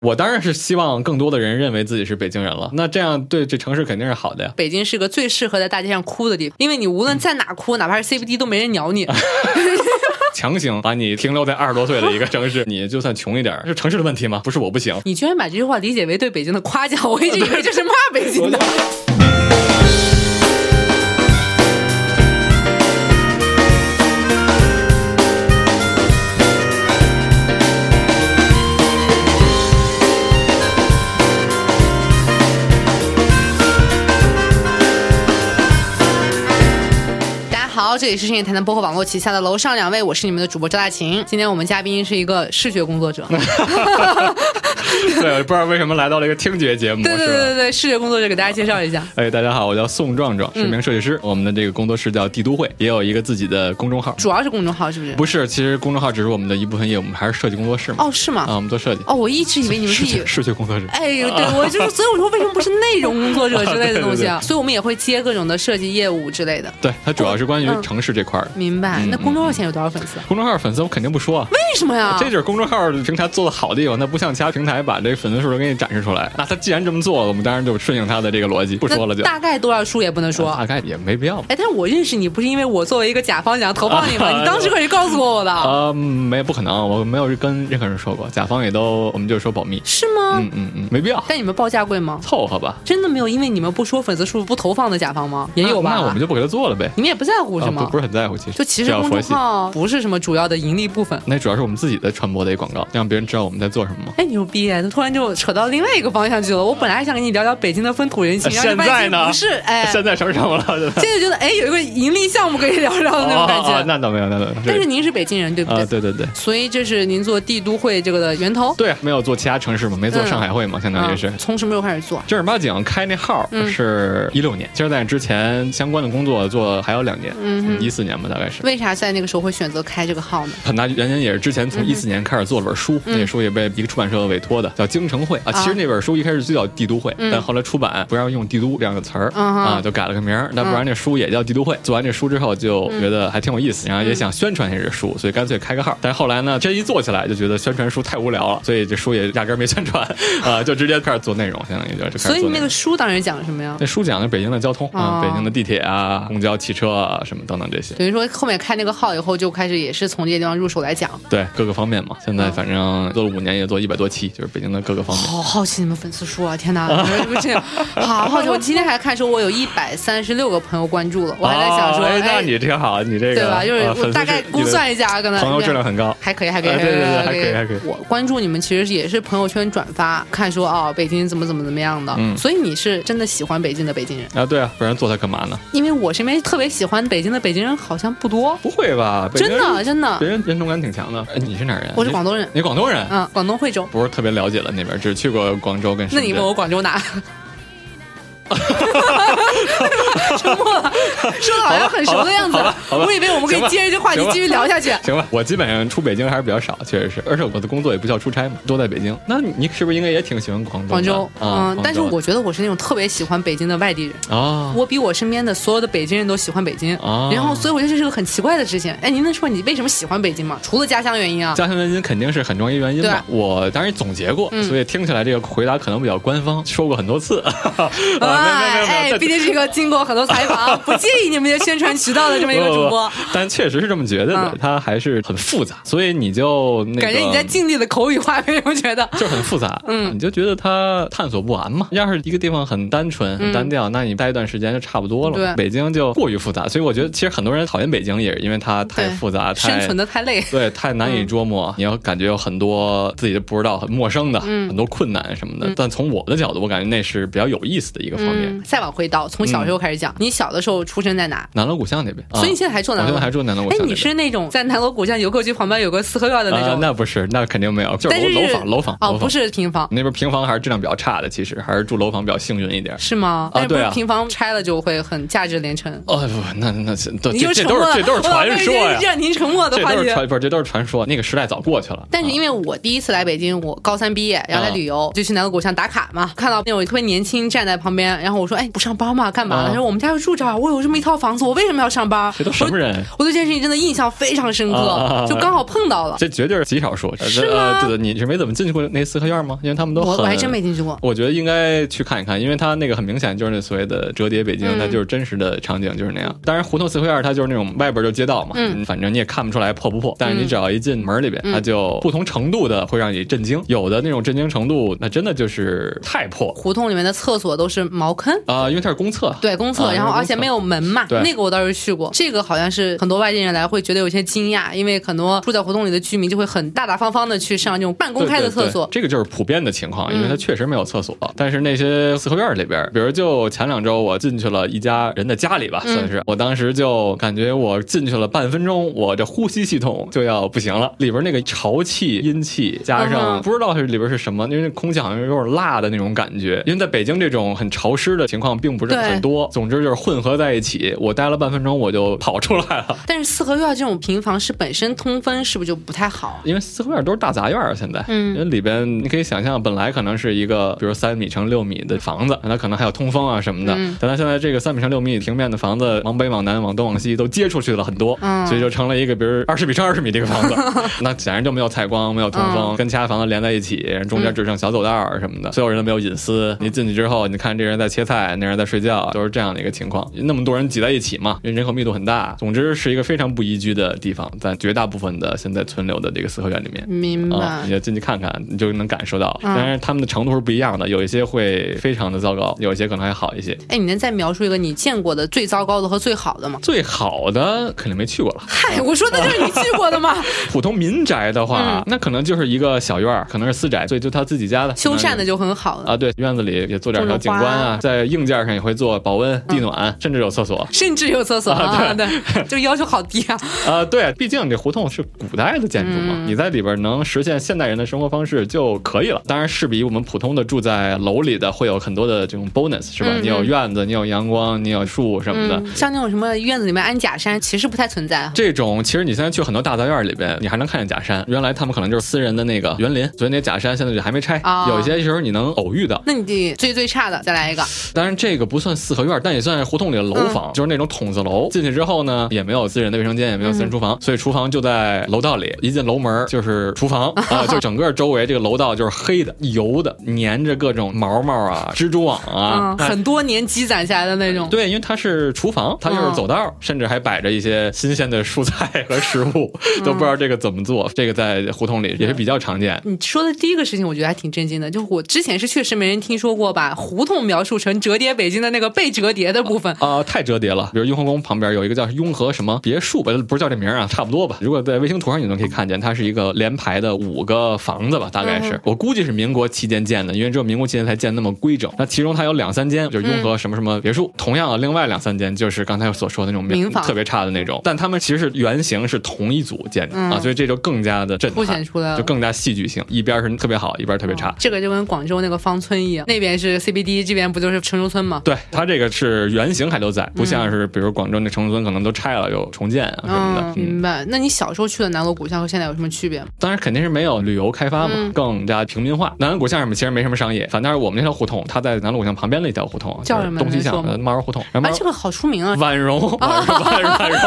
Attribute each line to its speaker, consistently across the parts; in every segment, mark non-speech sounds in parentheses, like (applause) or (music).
Speaker 1: 我当然是希望更多的人认为自己是北京人
Speaker 2: 嗯
Speaker 1: 了，那这样对这城市肯定是好的呀。
Speaker 2: 北京是个最适合在大街上哭的地方，因为你无论在哪哭，哪怕是 CBD 都没人鸟你。啊
Speaker 1: 强行把你停留在二十多岁的一个城
Speaker 2: (laughs)
Speaker 1: 市，你就算穷一点儿，是城市的问题吗？不是我不行。
Speaker 2: 你居然把这句话理解为对北京的夸奖，我一直以为这是骂北京的。大家好，这里是深夜谈谈播客网络旗下的楼上两位，我是你们的主播赵大琴。今天我们嘉宾是一个视觉工作者，
Speaker 1: 对，我不知道为什么来到了一个听觉节目，
Speaker 2: 对对
Speaker 1: 是
Speaker 2: 对
Speaker 1: 吧？
Speaker 2: 对对，视觉工作者给大家介
Speaker 1: (laughs)
Speaker 2: 绍一下。
Speaker 1: 哎，大家好，我叫宋壮壮，
Speaker 2: 嗯
Speaker 1: 是一名设计师。我们的这个工作室叫帝都会，也有一个自己的公众号。
Speaker 2: 主要是公众号是不是？
Speaker 1: 不是，其实公众号只是我们的一部分业务，我们还是设计工作室嘛。
Speaker 2: 哦，是吗？
Speaker 1: 啊，我们做设计。
Speaker 2: 哦，我一直以为你们是
Speaker 1: 视
Speaker 2: 以
Speaker 1: 觉视觉工作室。
Speaker 2: 哎呦，对我就是，所以我说为什么不是内容工作者之
Speaker 1: (laughs)
Speaker 2: 类的东西
Speaker 1: 啊对
Speaker 2: 啊？
Speaker 1: 对对
Speaker 2: 所以我们也会接各种的设计业务之类的。
Speaker 1: 对，它主要是关于
Speaker 2: 嗯
Speaker 1: 城市这块儿的。
Speaker 2: 明白。那公众号现在有多少粉丝？啊
Speaker 1: 公众号粉丝我肯定不说啊，
Speaker 2: 为什么呀？
Speaker 1: 嗯这就是公众号平台做的好地方，它不像其他平台把这个粉丝数都给你展示出来。那它既然这么做了，我们当然就顺应它的这个逻辑，不说了就啊
Speaker 2: 那。大概多少数也不能说。
Speaker 1: 大概也没必要吧。
Speaker 2: 哎，但是我认识你不是因为我作为一个甲方想投放你吗？你当时可是告诉过我的，
Speaker 1: 啊、没不可能，我没有跟任何人说过，甲方也都我们就说保密，
Speaker 2: 是吗？
Speaker 1: 嗯嗯嗯，没必要，
Speaker 2: 但你们报价贵吗？
Speaker 1: 凑合吧，
Speaker 2: 真的没有因为你们不说粉丝数不投放的甲方吗？也有吧？
Speaker 1: 那那我们就不给他做了呗，
Speaker 2: 你们也不在乎是
Speaker 1: 啊
Speaker 2: 吗？
Speaker 1: 不不是很在乎，其实
Speaker 2: 就其
Speaker 1: 这
Speaker 2: 实
Speaker 1: 要
Speaker 2: 公
Speaker 1: 佛
Speaker 2: 众
Speaker 1: 系，
Speaker 2: 号不是什么主要的盈利部分。
Speaker 1: 那主要是我们自己的传播的一个广告，让别人知道我们在做什么嘛。
Speaker 2: 哎，牛逼！突然就扯到另外一个方向去了。我本来还想跟你聊聊北京的风土人情，然后
Speaker 1: 呃现
Speaker 2: 就发
Speaker 1: 在
Speaker 2: 现
Speaker 1: 呢？
Speaker 2: 不是，哎，
Speaker 1: 现
Speaker 2: 现
Speaker 1: 在成什么了？现在
Speaker 2: 在觉得哎，有一个盈利项目可以聊聊的那种感觉。
Speaker 1: 哦，那倒没有，那倒没有。
Speaker 2: 但是您是北京人，对不对？
Speaker 1: 啊，对对对
Speaker 2: 所以这是您做帝都会这个的源头。
Speaker 1: 对，啊没有做其他城市嘛，没做
Speaker 2: 嗯
Speaker 1: 上海会嘛，相当于是
Speaker 2: 啊。从什么时候开始做？
Speaker 1: 正儿八经开那号儿
Speaker 2: 嗯
Speaker 1: 是一六年，其实在之前相关的工作做还有两年，
Speaker 2: 嗯
Speaker 1: 一四年吧，大概是。
Speaker 2: 为啥在那个时候会选择开这个号呢？
Speaker 1: 很大原因也是之前
Speaker 2: 嗯
Speaker 1: 从一四年开始做了本书，那书也被一个出版社委托的，叫《京城会》啊。
Speaker 2: 啊
Speaker 1: 其实那本书一开始就叫《帝都会》，
Speaker 2: 嗯
Speaker 1: 但后来出版不让用“帝都”这样的词儿
Speaker 2: 嗯哼
Speaker 1: 啊，就改了个名儿。那不然那书也叫《帝都会》。做完这书之后就觉得还挺有意
Speaker 2: 嗯
Speaker 1: 思，然后也想宣传一下这书，所以干脆开个号。但是后来呢，这一做起来就觉得宣传书太无聊了，所以这书也压根儿没宣传 (laughs) 啊，就直接开始做内容，相当于就就开始做
Speaker 2: 所以
Speaker 1: 内
Speaker 2: 那
Speaker 1: 容
Speaker 2: 个书当时讲什么呀？
Speaker 1: 那书讲的是北京的交通啊，
Speaker 2: 哦
Speaker 1: 北京的地铁啊、公交、汽车啊什么等等这些。
Speaker 2: 等于说后面开那个号以后，就开始也是从这些地方入手来讲。
Speaker 1: 对各个方面嘛，现在
Speaker 2: 嗯
Speaker 1: 反正做了五年，也做一百多期，就是北京的各个方面。
Speaker 2: 哦好好奇你们粉丝数啊！天哪，我
Speaker 1: (laughs)
Speaker 2: 这个好好奇。我今天还看说，我有一百三十六个朋友关注了，我还在想说，
Speaker 1: 哦哎，那
Speaker 2: 哎，
Speaker 1: 你这个好，你这个
Speaker 2: 对吧？就是
Speaker 1: 呃粉
Speaker 2: 我
Speaker 1: 丝
Speaker 2: 大概
Speaker 1: 是
Speaker 2: 估算一下，可
Speaker 1: 你的
Speaker 2: 能
Speaker 1: 朋友质量很高。
Speaker 2: 还可以，还可以，
Speaker 1: 哎对对对
Speaker 2: 还
Speaker 1: 还可以还可以
Speaker 2: 我关注你们其实也是朋友圈转发，看说哦，北京怎么怎么怎么样的。
Speaker 1: 嗯
Speaker 2: 所以你是真的喜欢北京的北京人，
Speaker 1: 啊，对啊，不然做它干嘛呢？
Speaker 2: 因为我身边特别喜欢北京的北京人好像不多，
Speaker 1: 不会吧？北京
Speaker 2: 真
Speaker 1: 人
Speaker 2: 的，真的
Speaker 1: 别。人认同感挺强的。哎你是哪儿人？
Speaker 2: 我是
Speaker 1: 你
Speaker 2: 广东人
Speaker 1: 你广东人？
Speaker 2: 嗯，广东惠州。
Speaker 1: 不是特别了解了那边，只去过广州跟深
Speaker 2: 那
Speaker 1: 圳。
Speaker 2: 你问我广州哪？ (laughs) 沉默了，说的好像很熟的样子
Speaker 1: 好吧好吧好吧。
Speaker 2: 我以为我们可以接着这话题
Speaker 1: 行吧
Speaker 2: 继续聊下去。
Speaker 1: 行吧，我基本上出北京还是比较少，确实是，而且我的工作也不叫出差嘛，都在北京。那你你是不是应该也挺喜欢广东的？
Speaker 2: 广州，
Speaker 1: 啊
Speaker 2: 嗯，但是我觉得我是那种特别喜欢北京的外地人，
Speaker 1: 啊，
Speaker 2: 我比我身边的所有的北京人都喜欢北京
Speaker 1: 哦，
Speaker 2: 然后所以我觉得这是个很奇怪的事情。哎，您能说你为什么喜欢北京吗？除了家乡原因啊，
Speaker 1: 家乡原因肯定是很重要一原因
Speaker 2: 对
Speaker 1: 吧
Speaker 2: 啊。
Speaker 1: 我当然总结过，
Speaker 2: 嗯
Speaker 1: 所以听起来这个回答可能比较官方，说过很多次。 (laughs) 啊，没有没有没
Speaker 2: 哎，
Speaker 1: 有，
Speaker 2: 毕
Speaker 1: 但
Speaker 2: 竟是一个经过很多采访，不介意你们这宣传渠道的这么一个主播
Speaker 1: 不，不不但确实是这么觉得的
Speaker 2: 嗯，
Speaker 1: 它还是很复杂，所以你就 (laughs) 那个
Speaker 2: 感觉你在尽力的口语化，没有觉得？
Speaker 1: (laughs) 就是很复杂，嗯，你就觉得它探索不完嘛。要是一个地方很单纯、很单调，那你待一段时间就差不多了。
Speaker 2: 嗯对
Speaker 1: 北京就过于复杂，所以我觉得其实很多人讨厌北京，也是因为它太
Speaker 2: 对
Speaker 1: 复杂、
Speaker 2: 生
Speaker 1: 太
Speaker 2: 存的太累。
Speaker 1: 对，太难
Speaker 2: 嗯
Speaker 1: 以捉摸，你要感觉有很多自己都不知道、很陌生的、
Speaker 2: 嗯
Speaker 1: 很多困难什么的。但从我的角度，我感觉那是比较有意思的一个方面。嗯
Speaker 2: 嗯，再往回倒，从小时候开始讲，你小的时候出生在哪？
Speaker 1: 南锣鼓巷那边，
Speaker 2: 所以你现
Speaker 1: 在
Speaker 2: 在还住
Speaker 1: 啊我
Speaker 2: 南
Speaker 1: 现在
Speaker 2: 锣？
Speaker 1: 还住南锣鼓
Speaker 2: 哎
Speaker 1: 巷那，边。
Speaker 2: 你是那种在南锣鼓巷游客区旁边有个四合院的那
Speaker 1: 啊
Speaker 2: 种？
Speaker 1: 那不是，那肯定没有，就
Speaker 2: 但
Speaker 1: 是
Speaker 2: 是
Speaker 1: 楼楼房，楼房，
Speaker 2: 哦，
Speaker 1: 楼
Speaker 2: 不
Speaker 1: 房。
Speaker 2: 是平房
Speaker 1: 那边平房还是质量比较差的，其实还是住楼房比较幸运一点。
Speaker 2: 是吗？但是不
Speaker 1: 对
Speaker 2: 是
Speaker 1: 啊
Speaker 2: 平房拆了就会很价值连城？
Speaker 1: 哦不，那那这都
Speaker 2: 你
Speaker 1: 这
Speaker 2: 就
Speaker 1: 这
Speaker 2: 沉
Speaker 1: 都
Speaker 2: 默
Speaker 1: 是
Speaker 2: 了，
Speaker 1: 这都是传说
Speaker 2: 我 (laughs)
Speaker 1: 呀
Speaker 2: 要，让您沉默的
Speaker 1: 这
Speaker 2: 话
Speaker 1: 都
Speaker 2: 题
Speaker 1: 是。传不是这都是传说，那个时代早过去了。
Speaker 2: 但是
Speaker 1: 啊
Speaker 2: 因为我第一次来北京，我高三毕业，然后来
Speaker 1: 啊
Speaker 2: 旅游，就去南锣鼓巷打卡嘛，看到那种特别年轻站在旁边，然后我说：“哎，不上班吗？干嘛
Speaker 1: 啊
Speaker 2: 呢？”他说：“我们家就住这儿，我有什这么一套房子，我为什么要上班？
Speaker 1: 这都什么人？
Speaker 2: 我对这件事情真的印象非常深刻，
Speaker 1: 啊啊啊
Speaker 2: 就刚好碰到了。
Speaker 1: 这绝对是极少数。呃
Speaker 2: 是
Speaker 1: 呃
Speaker 2: 吗
Speaker 1: 对的，你是没怎么进去过那四合院吗？因为他们都
Speaker 2: 我
Speaker 1: 很
Speaker 2: 我还真没进去过。
Speaker 1: 我觉得应该去看一看，因为它那个很明显就是那所谓的折叠北京，
Speaker 2: 嗯
Speaker 1: 它就是真实的场景就是那样。当然，胡同四合院它就是那种外边就街道嘛，
Speaker 2: 嗯
Speaker 1: 反正你也看不出来破不破，但是你只要一进门里边，它就不同程度的会让你震惊，有的那种震惊程度，那真的就是太破
Speaker 2: 胡同里面的厕所都是茅坑，
Speaker 1: 啊、因为它是公厕，
Speaker 2: 对公厕，
Speaker 1: 啊
Speaker 2: 然后
Speaker 1: 公厕
Speaker 2: 而且没有门嘛，
Speaker 1: 对
Speaker 2: 那个我倒是去过。这个好像是很多外地人来会觉得有些惊讶，因为很多住在胡同里的居民就会很大大方方的去上那种半公开的厕所。
Speaker 1: 对对
Speaker 2: 嗯
Speaker 1: 对这个就是普遍的情况，因为它确实没有厕所。但是那些呃四合院里边，比如就前两周我进去了一家人的家里吧，
Speaker 2: 嗯
Speaker 1: 算是，我当时就感觉我进去了半分钟，我这呼吸系统就要不行了，里边那个潮气、阴气，加
Speaker 2: 嗯
Speaker 1: 上
Speaker 2: 哼
Speaker 1: 不知道是里边是什么，因为那空气好像有点辣的那种感觉。因为在北京这种很潮湿的情况并不是
Speaker 2: 对
Speaker 1: 很多，总之就是混合在一起。我待了半分钟，我就跑出来了。
Speaker 2: 但是四合院这种平房是本身通风是不是就不太好啊？
Speaker 1: 因为四合院都是大杂院儿，啊现在，
Speaker 2: 嗯
Speaker 1: 因为里边你可以想象，本来可能是一个，比如三米乘六米的房子，它可能还有通风啊什么的，
Speaker 2: 嗯
Speaker 1: 但它现在这个三米乘六米平面的房子，往北、往南、往东、往西都接出去了很多，
Speaker 2: 嗯
Speaker 1: 所以就成了一个，比如二十米乘二十米这个
Speaker 2: (laughs)
Speaker 1: 房子，那显然就没有哦采光，没有通风，
Speaker 2: 嗯
Speaker 1: 跟其他房子连在一起，中间只剩小走道儿什么的，所有人都没有隐私。你进去之后，你看这人在切菜，那人在睡觉，都是这样的一个情况。那么多人挤在一起嘛，因为人口密度很大，总之是一个非常不宜居的地方，在绝大部分的现在存留的这个四合院里面。
Speaker 2: 明
Speaker 1: 啊、
Speaker 2: 白
Speaker 1: 你。就进去看看，你就能感受到。
Speaker 2: 嗯
Speaker 1: 但是他们的程度是不一样的，有一些会非常的糟糕，有一些可能还好一些。
Speaker 2: 哎，你能再描述一个你见过的最糟糕的和最好的吗？
Speaker 1: 最好的肯定没去过了，
Speaker 2: 嗨，我说的就是你去过
Speaker 1: (laughs)
Speaker 2: 的嘛，
Speaker 1: 普通民宅的
Speaker 2: 嗯
Speaker 1: 话，那可能就是一个小院儿，可能是私宅，所以就他自己家的
Speaker 2: (laughs) 修缮的
Speaker 1: 就。
Speaker 2: 就很好了，
Speaker 1: 啊，对，院子里也做点
Speaker 2: 种
Speaker 1: 小景观
Speaker 2: 花嗯
Speaker 1: 啊
Speaker 2: 啊，
Speaker 1: 在硬件上也会做保温、地暖，甚至有厕所
Speaker 2: 甚至有厕所啊， (laughs) 对，就要求好低啊。
Speaker 1: 啊。对，毕竟这胡同是古代的建筑
Speaker 2: 嗯
Speaker 1: 嘛，你在里边能实现现代人的生活方式就可以了。当然是比我们普通的住在楼里的会有很多的这种 bonus，是吧？
Speaker 2: 嗯
Speaker 1: 你有
Speaker 2: 嗯
Speaker 1: 院子，你有阳光，你有树什么的。
Speaker 2: 嗯，像那种什么院子里面安假山，其实不太存在啊。
Speaker 1: 这种其实你现在去很多大杂院里边，你还能看见假山。原来他们可能就是私人的那个园林，所以那假山现在就还没拆。
Speaker 2: 啊
Speaker 1: 有些时候你能偶遇到，
Speaker 2: 那你得最最差的再来一个，
Speaker 1: 当然这个不算四合院，但也算是胡同里的楼
Speaker 2: 嗯
Speaker 1: 房，就是那种筒子楼。进去之后呢，也没有私人的卫生间，也没有私人厨房，
Speaker 2: 嗯
Speaker 1: 所以厨房就在楼道里。一进楼门就是厨
Speaker 2: (laughs)
Speaker 1: 房啊、就整个周围这个楼道就是黑的、油的，粘着各种毛毛啊、蜘蛛网啊。
Speaker 2: 嗯，
Speaker 1: 哎
Speaker 2: 很嗯多年积攒下来的那种。
Speaker 1: 对，因为它是厨房，它就是走道，甚至还摆着一些新鲜的蔬菜和食物，(laughs)
Speaker 2: 嗯
Speaker 1: 都不知道这个怎么做。这个在胡同里也是比较常见。
Speaker 2: 你说的第一个事情，我觉得还挺震惊的，就是我之前是确实没人听说过把胡同描述成折叠北京的那个被折叠的部分。
Speaker 1: 啊、太折叠了。比如雍和宫旁边有一个叫雍和什么别墅吧，不是叫这名儿啊，差不多吧。如果在卫星图上你能可以看见，它是一个连排的五个房子吧，大
Speaker 2: 嗯
Speaker 1: 概是、我估计是民国期间建的，因为只有民国期间才建那么规整。那其中它有两三间就是雍和
Speaker 2: 嗯
Speaker 1: 什么什么别墅，同样啊的另外两三间就是刚才所说的那种
Speaker 2: 民房
Speaker 1: 特别差的那种，但他们其实是原型是同一组建的、
Speaker 2: 嗯
Speaker 1: 啊，所以这就更加的震
Speaker 2: 凸
Speaker 1: 撼
Speaker 2: 显。出来了
Speaker 1: 就更加戏剧性，一边是特别好，一边特别差。
Speaker 2: 哦这个就跟广州那个芳村一样，那边是 CBD，这边不就是城中村吗？
Speaker 1: 对，它这个是原型还都在，不像是比如广州那城中村可能都拆了又重建啊什么的。
Speaker 2: 嗯，明白。那你小时候去的南锣鼓巷和现在有什么区别吗？
Speaker 1: 当然肯定是没有旅游开发嘛，
Speaker 2: 嗯
Speaker 1: 更加平民化。南锣鼓巷上面其实没什么商业，反倒是我们那条胡同，它在南锣鼓巷旁边的一条胡同，
Speaker 2: 叫
Speaker 1: 就是
Speaker 2: 什么
Speaker 1: 东西
Speaker 2: 能
Speaker 1: 巷
Speaker 2: 说吗
Speaker 1: 的猫儿胡同。然后
Speaker 2: 哎，
Speaker 1: 猫
Speaker 2: 这个好出名啊！
Speaker 1: 婉容，婉容，婉容，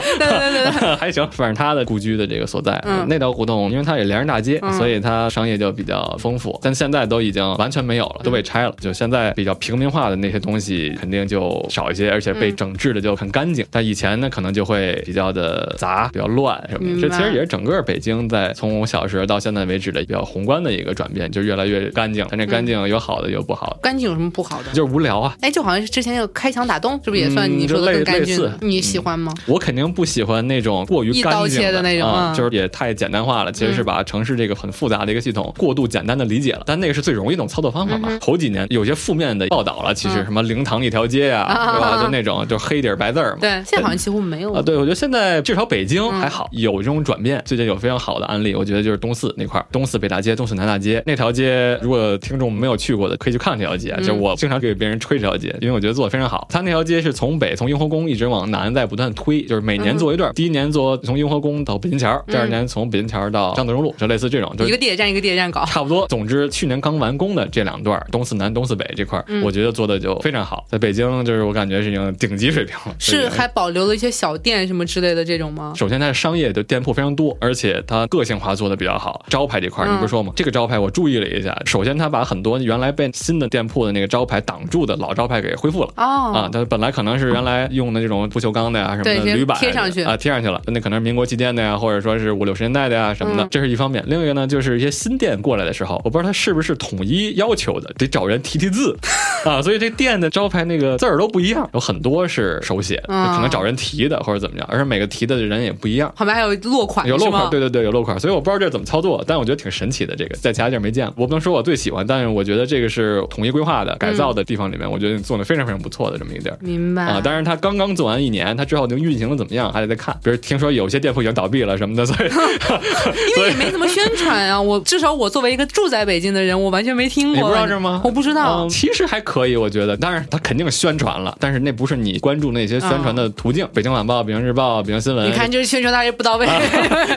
Speaker 2: (laughs) 对对对对
Speaker 1: (laughs)
Speaker 2: 对，
Speaker 1: 还行，反正它的故居的这个所在，
Speaker 2: 嗯
Speaker 1: 那条胡同，因为它也连着大街，
Speaker 2: 嗯
Speaker 1: 所以它商业就比较丰富。但现在都已经完全没有了，
Speaker 2: 嗯
Speaker 1: 都被拆了。就现在比较平民化的那些东西，肯定就少一些，而且被
Speaker 2: 嗯
Speaker 1: 整治的就很干净。但以前呢，可能就会比较的杂，比较乱什么的。
Speaker 2: 明
Speaker 1: 这
Speaker 2: 白
Speaker 1: 其实也是整个北京在从我小时候到现在为止的比较宏观的一个转变，就越来越干净。但这干
Speaker 2: 嗯
Speaker 1: 净有好的，有不好的，
Speaker 2: 干净有什么不好的？
Speaker 1: 就是无聊啊。
Speaker 2: 哎，就好像是之前那个开墙打洞，是不是也算
Speaker 1: 嗯
Speaker 2: 你说
Speaker 1: 就
Speaker 2: 的
Speaker 1: 类
Speaker 2: 更干净
Speaker 1: 类
Speaker 2: 的
Speaker 1: 似？嗯
Speaker 2: 你喜欢吗？
Speaker 1: 我肯定不喜欢那种过于
Speaker 2: 一
Speaker 1: 干
Speaker 2: 刀
Speaker 1: 净
Speaker 2: 切的那种
Speaker 1: 啊，
Speaker 2: 嗯
Speaker 1: 就是也太简单化了。其实是把城市这个很复杂的一个系统过度简单的理解了，但那个是最容易一种操作方法嘛。头几年有些负面的报道了，其实
Speaker 2: 嗯
Speaker 1: 什么灵堂一条街啊，
Speaker 2: (laughs) 啊
Speaker 1: 对吧？
Speaker 2: 啊
Speaker 1: 就那种就黑底儿白字儿嘛。
Speaker 2: 对，现在好像几乎没有
Speaker 1: 啊，
Speaker 2: 了。
Speaker 1: 对，我觉得现在至少北京
Speaker 2: 嗯
Speaker 1: 还好，有这种转变。最近有非常好的案例，我觉得就是东四那块儿，东四北大街、东四南大街那条街，如果听众没有去过的，可以去看这条
Speaker 2: 嗯
Speaker 1: 街。啊就是我经常给别人吹这条街，因为我觉得做的非常好。它那条街是从北从雍和宫一直往南在不断推，就是每年做一
Speaker 2: 嗯
Speaker 1: 段，第一年做从雍和宫到北京桥，第二年从北京桥到张德荣路，就类似这种，就
Speaker 2: 一个地铁站一个地铁站搞，
Speaker 1: 差不多。总之，去年
Speaker 2: 嗯
Speaker 1: 刚完工的这两段儿东四南、东四北这块儿，我觉得做的就非常好。在北京，就是我感觉是经顶级水平了。所以
Speaker 2: 是还保留了一些小店什么之类的这种吗？
Speaker 1: 首先，它的商业的店铺非常多，而且它个性化做的比较好。招牌这块儿，你不是说吗？这个招牌我注意了一下，首先它把很多原来被新的店铺的那个招牌挡住的老招牌给恢复了。啊
Speaker 2: 哦，，
Speaker 1: 它本来可能是原来用的这种不锈钢的呀、什么
Speaker 2: 对
Speaker 1: 的铝板
Speaker 2: 贴上去
Speaker 1: 啊，贴上去了。那可能是民国期间的呀，或者说是五六十年代的呀什么的，
Speaker 2: 嗯
Speaker 1: 这是一方面。另一个呢，就是一些新店过来的时候，我不知道它是不是统一要求的，得找人提提
Speaker 2: (laughs)
Speaker 1: 字啊，所以这店的招牌那个字儿都不一样，有很多是手写，
Speaker 2: 嗯
Speaker 1: 可能找人提的或者怎么样，而且每个提的人也不一样。
Speaker 2: 旁边还有落款，
Speaker 1: 有
Speaker 2: 啊是
Speaker 1: 落
Speaker 2: 吗
Speaker 1: 款，？对对对，有落款，所以我不知道这怎么操作，但我觉得挺神奇的。这个在其他地儿没见过，我不能说我最喜欢，但是我觉得这个是统一规划
Speaker 2: 嗯
Speaker 1: 的改造的地方里面，我觉得做的非常非常不错的这么一个地儿。
Speaker 2: 明白
Speaker 1: 啊，当然，他刚刚做完一年，他之后能运行的怎么样，还得再看。比如听说有些店铺已经倒闭了什么的，所
Speaker 2: (laughs)
Speaker 1: 以
Speaker 2: 因为也没怎么宣传啊。我至少我作为一个住在北京的人，我完全没听过。
Speaker 1: 你不知道是吗
Speaker 2: 我不知道
Speaker 1: 嗯，。其实还可以，我觉得。当然，他肯定宣传了，但是那不是你关注那些宣传的途径。北京晚报、北京日报、北京新闻，
Speaker 2: 嗯你看，嗯就是宣传大家不到
Speaker 1: 啊
Speaker 2: 位。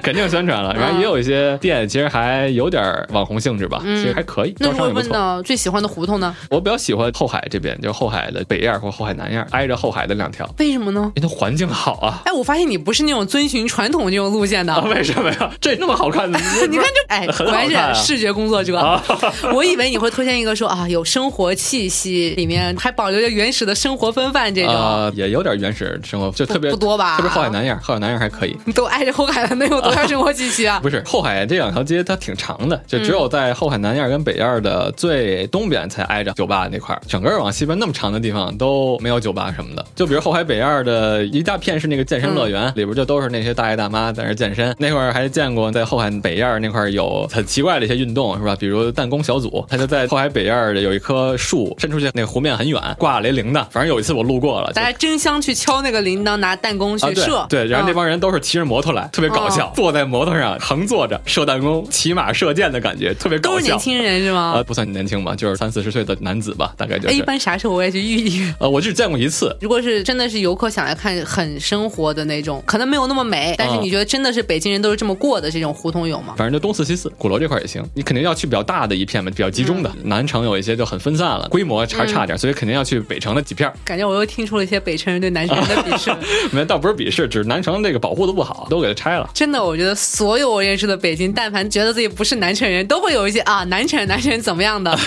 Speaker 1: 肯定宣传了。然后也有一些店其实还有点儿网红性质吧，其实还可以，
Speaker 2: (laughs) 嗯那
Speaker 1: 招
Speaker 2: 如果
Speaker 1: 商也不
Speaker 2: 问
Speaker 1: 错。
Speaker 2: 到最喜欢的胡同呢？
Speaker 1: 我比较喜欢后海这边，就是后海的北燕或后海南燕，挨着后海的两条，
Speaker 2: 为什么呢？
Speaker 1: 因为它环境好啊。
Speaker 2: 哎，我发现你不是那种遵循传统这种路线的
Speaker 1: 啊，。为什么呀？这那么好
Speaker 2: (laughs)
Speaker 1: 看，你
Speaker 2: 你看这，哎，
Speaker 1: 很
Speaker 2: 果
Speaker 1: 好看啊
Speaker 2: 然是视觉工作者。
Speaker 1: 啊
Speaker 2: (laughs) 我以为你会推荐一个说啊，有生活气息，里面还保留着原始的生活风范这种，
Speaker 1: 啊，也有点原始生活，就特别
Speaker 2: 呃不多吧
Speaker 1: 特别后海南燕，后海南燕还可以。
Speaker 2: 你都挨着后海了，能有多少生活气息
Speaker 1: (laughs)
Speaker 2: 啊？
Speaker 1: 不是后海这两条街它挺长的，就只有
Speaker 2: 嗯
Speaker 1: 在后海南燕跟北燕的最东边才挨着酒吧那块儿，整个往西边那么长的地方都没有酒吧什么的。就比如后海北燕的一大片是那个健身乐
Speaker 2: 嗯
Speaker 1: 园，里边就都是那些大爷大妈在那儿健身。那会儿还见过在后海北燕那块儿有很奇怪的一些运动，是吧？比如弹弓小组，他就在后海北燕的有一棵树伸出去，那个湖面很远，挂了一铃铛。反正有一次我路过了，就
Speaker 2: 大家争相去敲那个铃铛，拿弹弓去
Speaker 1: 啊，对
Speaker 2: 射。
Speaker 1: 对，然后那
Speaker 2: 嗯
Speaker 1: 帮人都是骑着摩托来，特别搞笑，坐在摩托上横坐着射弹弓、骑马射箭的感觉，特别
Speaker 2: 都
Speaker 1: 搞
Speaker 2: 是年
Speaker 1: 笑。
Speaker 2: 轻人是吗？
Speaker 1: 啊，不算年轻吧，就是三四十岁的男子吧，大概就
Speaker 2: 哎，一
Speaker 1: 是。
Speaker 2: 般啥时候我也去遇一遇。
Speaker 1: 呃，我只见过一次，
Speaker 2: 如果是真的是游客想来看很生活的那种，可能没有那么美，但是
Speaker 1: 嗯
Speaker 2: 你觉得真的是北京人都是这么过的这种胡同有吗？
Speaker 1: 反正就东四西四，鼓楼这块儿也行。你肯定要去比较大的一片嘛，比较集中的。
Speaker 2: 嗯
Speaker 1: 南城有一些就很分散了，规模还差点，所以肯定要去北城的几片儿。
Speaker 2: 感觉我又听出了一些北城人对南城人的鄙
Speaker 1: (laughs)
Speaker 2: 视。
Speaker 1: 没，倒不是鄙视，只是南城这个保护的不好，都给它拆了。
Speaker 2: 真的，我觉得所有我认识的北京，但凡觉得自己不是南城人，都会有一些啊，南城人南城人怎
Speaker 1: (laughs)
Speaker 2: 么样的，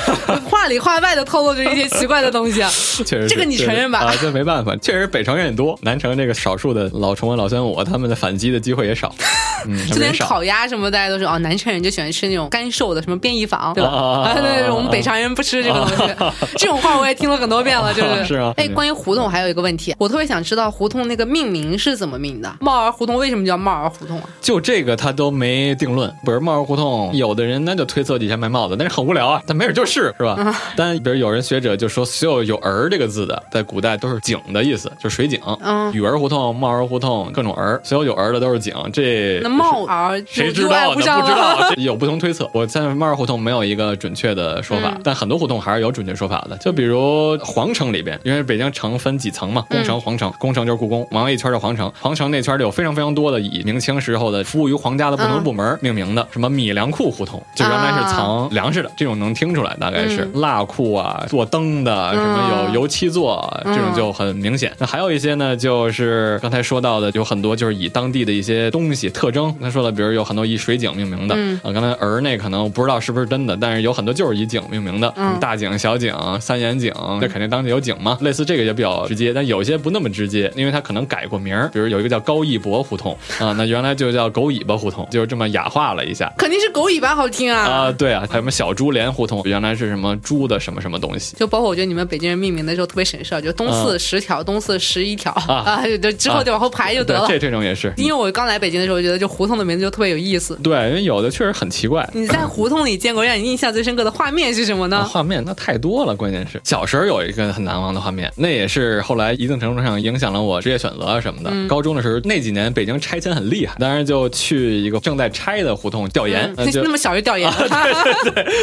Speaker 2: 话里话外的透露着一些奇怪的东西啊。
Speaker 1: 确实是，
Speaker 2: 这个你承认吧
Speaker 1: 啊，这没办法，确实北城人也多，南城这个少数的老崇文、老宣武，他们的反击的机会也少。
Speaker 2: (laughs)
Speaker 1: 嗯，他们也
Speaker 2: 就连
Speaker 1: 少。
Speaker 2: 烤鸭什么，大家都说哦，南城人就喜欢吃那种干瘦的，什么便宜坊，对
Speaker 1: (laughs)
Speaker 2: 吧？
Speaker 1: 啊啊啊啊
Speaker 2: 啊，对对，对我们北常人不吃这个东
Speaker 1: (laughs)
Speaker 2: 西。这种话我也听了很多遍了，就是
Speaker 1: 是啊
Speaker 2: 哎，关于胡同还有一个问题，我特别想知道胡同那个命名是怎么命的？帽儿胡同为什么叫帽儿胡同啊？
Speaker 1: 就这个他都没定论。比如帽儿胡同，有的人那就推测底下卖帽子，但是很无聊啊，但没准就是是吧？
Speaker 2: 啊
Speaker 1: 但比如有人学者就说，所有有“儿”这个字的，在古代都是井的意思，就是水井。
Speaker 2: 嗯
Speaker 1: 雨儿胡同、帽儿胡同，各种儿，所有有儿的都是井。这
Speaker 2: 那帽儿
Speaker 1: 谁
Speaker 2: 就
Speaker 1: 知
Speaker 2: 就爱
Speaker 1: 道呢？不知
Speaker 2: 上啊了。
Speaker 1: 道，这有不同推测。我在帽儿胡同没有一个准确的说法，但很多胡同还是有准确说法的。就比如皇城里边，因为北京城分几层嘛，宫城、皇城，宫城就是故宫，忙一圈儿叫皇城，皇城那圈儿就有非常非常多的以明清时候的服务于皇家的不同
Speaker 2: 嗯
Speaker 1: 部门命名的，什么米粮库胡同，就原来是藏粮食的，这种能听出来，大概是蜡库啊，做灯的，什么有油漆做啊，
Speaker 2: 嗯
Speaker 1: 这种就很明显。那还有一些呢，就是刚才说到的，有很多就是以当地的一些东西特征，他说了，比如有很多以水井命名的，
Speaker 2: 嗯
Speaker 1: 啊，刚才儿那可能不知道是不是真的，但是有很多就是以井命名的，
Speaker 2: 嗯
Speaker 1: 什么大井、小井、三眼井，这肯定当地有井嘛。类似这个就比较直接，但有些不那么直接，因为它可能改过名儿，比如有一个叫高义博胡同
Speaker 2: (laughs)
Speaker 1: 啊，那原来就叫狗尾巴胡同，就是这么雅化了一下。
Speaker 2: 肯定是狗尾巴好听
Speaker 1: 啊、对啊，还有什么小猪连胡同，原来是什么猪的什么什么东西。
Speaker 2: 就包括我觉得你们北京人命名的时候特别省事儿，就东四十条、东四十一条
Speaker 1: 啊
Speaker 2: 啊，就之后就往后排就得
Speaker 1: 对
Speaker 2: 了，。
Speaker 1: 这这种也是，
Speaker 2: 因为我刚来北京的时候，我觉得就胡同的名字就特别有意思。
Speaker 1: 对，因为有的确实很奇怪。
Speaker 2: 你在胡同里见过让你印象最深刻的画面是什么
Speaker 1: 啊
Speaker 2: 呢？
Speaker 1: 画面那太多了，关键是小时候有一个很难忘的画面，那也是后来一定程度上影响了我职业选择啊什么的。
Speaker 2: 嗯
Speaker 1: 高中的时候那几年北京拆迁很厉害，当然就去一个正在拆的胡同调研，
Speaker 2: 嗯
Speaker 1: 呃就
Speaker 2: (laughs)
Speaker 1: 啊
Speaker 2: 那那么小就调研， (laughs)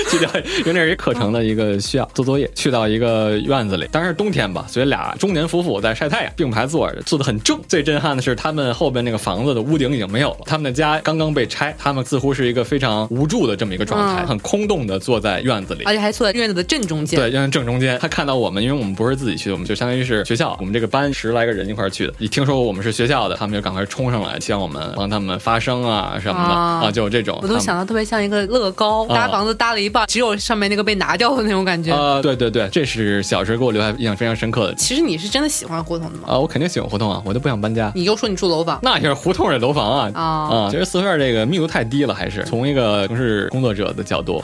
Speaker 1: 去掉，因为那是一课程的一个需要做作业，去到一个院子里，当然是冬天吧，所以俩中年夫妇在晒太阳，并排坐着，坐得很正。最震撼的是，他们后边那个房子的屋顶已经没有了，他们的家刚刚被拆，他们似乎是一个非常无助的这么一个状态，
Speaker 2: 嗯
Speaker 1: 很空洞的坐在院子里。
Speaker 2: 而且还坐在院子的正中间。
Speaker 1: 对，院子正中间。他看到我们，因为我们不是自己去，我们就相当于是学校，我们这个班十来个人一块儿去的。一听说我们是学校的，他们就赶快冲上来，希望我们帮他们发声啊什么的
Speaker 2: 啊
Speaker 1: 啊就有这种。
Speaker 2: 我都
Speaker 1: 他们
Speaker 2: 想到特别像一个乐高，
Speaker 1: 啊
Speaker 2: 搭房子搭了一半，只有上面那个被拿掉的那种感觉。
Speaker 1: 啊、对对对，这是小时候给我留下印象非常深刻的
Speaker 2: 其实你是真的喜欢胡同的吗？
Speaker 1: 啊！我肯定喜欢胡同啊，我就不想搬家。
Speaker 2: 你又说你住楼房，
Speaker 1: 那也是胡同这楼房啊
Speaker 2: 啊
Speaker 1: 其实四合院这个密度太低了，还是从一个城市工作者的角 (laughs) 度，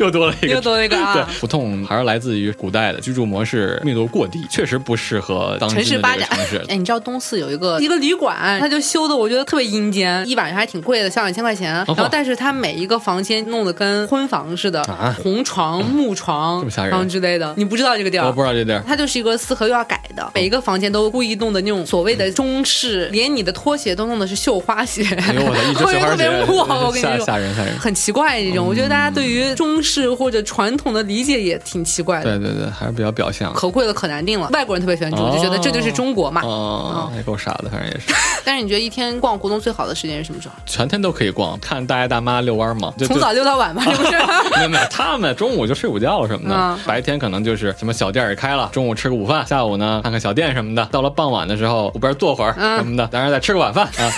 Speaker 1: 又多了一个
Speaker 2: 又多了一个啊
Speaker 1: 对，胡同还是来自于古代的居住模式密度过低，确实不适合当今
Speaker 2: 城
Speaker 1: 的这
Speaker 2: 市发
Speaker 1: 个
Speaker 2: 展
Speaker 1: 城市。。
Speaker 2: 哎，你知道东四有一个一个旅馆，它就修的我觉得特别阴间，一晚上还挺贵的，小两千块钱。
Speaker 1: 嚯
Speaker 2: 然后但是它每一个房间弄得跟婚房似的
Speaker 1: 啊，
Speaker 2: 红床、木床
Speaker 1: 这么，吓人
Speaker 2: 然后之类的。你不知道这个地
Speaker 1: 我
Speaker 2: 儿
Speaker 1: 不。知道这地儿
Speaker 2: 它就是一个四合院改的，每一个房间都故意弄的那种所谓的中式，连你的拖鞋都弄的是绣花鞋，
Speaker 1: 哎呦我的一
Speaker 2: (laughs)
Speaker 1: 只
Speaker 2: 我觉
Speaker 1: 雪
Speaker 2: 得
Speaker 1: 花
Speaker 2: 特别
Speaker 1: 鞋
Speaker 2: 哇！我跟
Speaker 1: 吓
Speaker 2: 你说，
Speaker 1: 吓嗯人
Speaker 2: (laughs)
Speaker 1: 吓人
Speaker 2: 很奇怪这种。我觉得大家对于中式或者传统的理解也挺奇怪的。
Speaker 1: 对对对，还是比较表象。
Speaker 2: 可贵了，可难定了。外国人特别喜欢住，
Speaker 1: 哦
Speaker 2: 就觉得这就是中国嘛。
Speaker 1: 哦，
Speaker 2: 嗯
Speaker 1: 也够傻的，反正也是，
Speaker 2: 但是你觉得一天逛胡同最好的时间是什么时候？
Speaker 1: 全天都可以逛，看大爷大妈遛弯儿嘛，就
Speaker 2: 从
Speaker 1: 就
Speaker 2: 早溜到
Speaker 1: (laughs)
Speaker 2: 晚嘛，是不 (laughs) 是？
Speaker 1: 没有没有，他们中午就睡午觉了什么的，
Speaker 2: 嗯
Speaker 1: 白天可能就是什么小店儿也开了，中午吃个午饭，下午呢看看小店什么的，到了傍晚的时候湖边坐会儿
Speaker 2: 嗯
Speaker 1: 什么的，当然再吃个晚饭啊。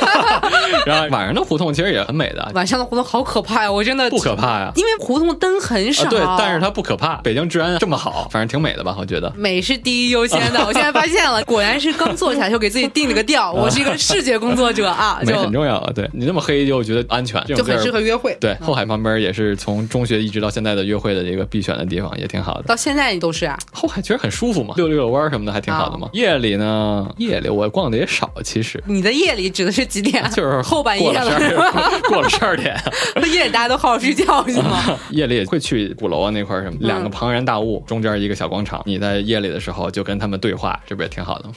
Speaker 2: (laughs)
Speaker 1: 然后晚上的胡同其实也很美的，
Speaker 2: 晚上的胡同好可怕呀，我真的
Speaker 1: 不可怕呀、
Speaker 2: 因为胡同灯很
Speaker 1: 啊
Speaker 2: 少。
Speaker 1: 对，但是它不可怕。北京治安这么好，反正挺美的吧？我觉得。
Speaker 2: 美是第一优先的，
Speaker 1: (laughs)
Speaker 2: 我现在发现了，果然是刚坐下来就给自己定了个调。我是一个视觉工作者
Speaker 1: (laughs)
Speaker 2: 啊，
Speaker 1: 美很
Speaker 2: 就
Speaker 1: 重要啊！对你那么黑就觉得安全，这
Speaker 2: 就
Speaker 1: 种地
Speaker 2: 很
Speaker 1: 儿
Speaker 2: 适合嗯约会。
Speaker 1: 对，后海旁边也是从中学一直到现在的约会的一个必选的地方，也挺好的。
Speaker 2: 到现在都是啊，
Speaker 1: 后海其实很舒服嘛，溜溜溜弯儿什么的还挺好的嘛。夜里呢，夜里我逛的也少，其实
Speaker 2: 你的夜里指的是几点？
Speaker 1: (laughs) 就是
Speaker 2: 啊后半夜
Speaker 1: 过了
Speaker 2: 了，
Speaker 1: 十
Speaker 2: 是吧？ (laughs)
Speaker 1: 二过了十二点，
Speaker 2: 夜里大家都好好睡觉是
Speaker 1: (laughs)
Speaker 2: 吗？
Speaker 1: 夜里也会去鼓楼啊那块儿什么，两个
Speaker 2: 嗯
Speaker 1: 庞然大物，中间一个小广场，你在夜里的时候就跟他们对话，这不也挺好的吗？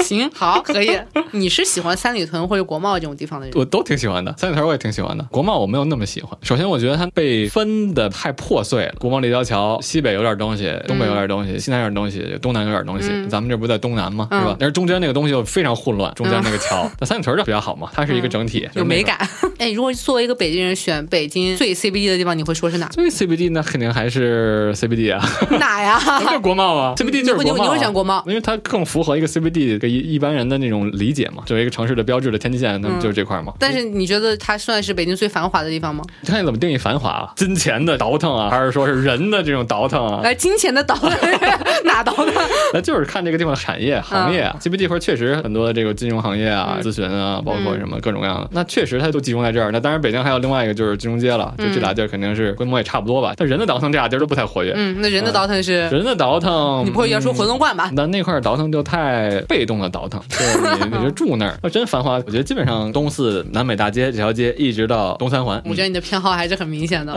Speaker 2: 行，好，可以。你是喜欢三里屯或者国贸这种地方的人吗？
Speaker 1: 我都挺喜欢的，三里屯我也挺喜欢的，国贸我没有那么喜欢。首先，我觉得它被分的太破碎了，国贸立交桥西北有点东西，东北有点东西，西南有点东西，东南有点东西。咱们这不在东南吗？是吧
Speaker 2: 嗯？
Speaker 1: 但是中间那个东西又非常混乱，中间那个
Speaker 2: (laughs)
Speaker 1: 桥，那、三里屯就比较好嘛，它是一个整体，就是那
Speaker 2: 嗯有美
Speaker 1: 种。？
Speaker 2: 感。 (laughs) 哎，如果作为一个北京人选北京最 CBD 的地方，你会说是哪
Speaker 1: 所以 CBD 那肯定还是
Speaker 2: (laughs)
Speaker 1: CBD 啊。
Speaker 2: 哪呀？
Speaker 1: 不是国贸啊，CBD 就是
Speaker 2: 你
Speaker 1: 国贸、啊
Speaker 2: 你会选国贸
Speaker 1: 因为它更符合一个 CBD 给一一般人的那种理解嘛，作为一个城市的标志的天际线，
Speaker 2: 嗯
Speaker 1: 那么就是这块嘛。
Speaker 2: 但是你觉得它算是北京最繁华的地方吗？
Speaker 1: 你看你怎么定义繁华啊？金钱的倒腾啊，还是说是人的这种倒腾啊？
Speaker 2: 来，哎金钱的倒 (laughs) 哪倒
Speaker 1: (laughs)
Speaker 2: 的？
Speaker 1: 那就是看这个地方的产业行业
Speaker 2: 嗯
Speaker 1: 啊。CBD 块确实很多的这个金融行业啊、咨询啊，包
Speaker 2: 嗯
Speaker 1: 括什么各种各样的，那确实它都集中在这儿。那当然，北京还有另外一个就是金融街了，
Speaker 2: 嗯
Speaker 1: 就这俩地儿肯定是规模也差不多吧。但人的倒腾这俩地儿都不太活跃，
Speaker 2: 嗯，那人的倒腾是，
Speaker 1: 人的倒腾
Speaker 2: 你不会要说
Speaker 1: 啊嗯
Speaker 2: 回龙观吧？
Speaker 1: 那那块儿倒腾就太被动的倒
Speaker 2: (laughs)
Speaker 1: 腾，就是你你就住那儿，要真繁华，我觉得基本上东四南北大街这条街一直到东三环，
Speaker 2: 我觉得你的偏好还是很明显的，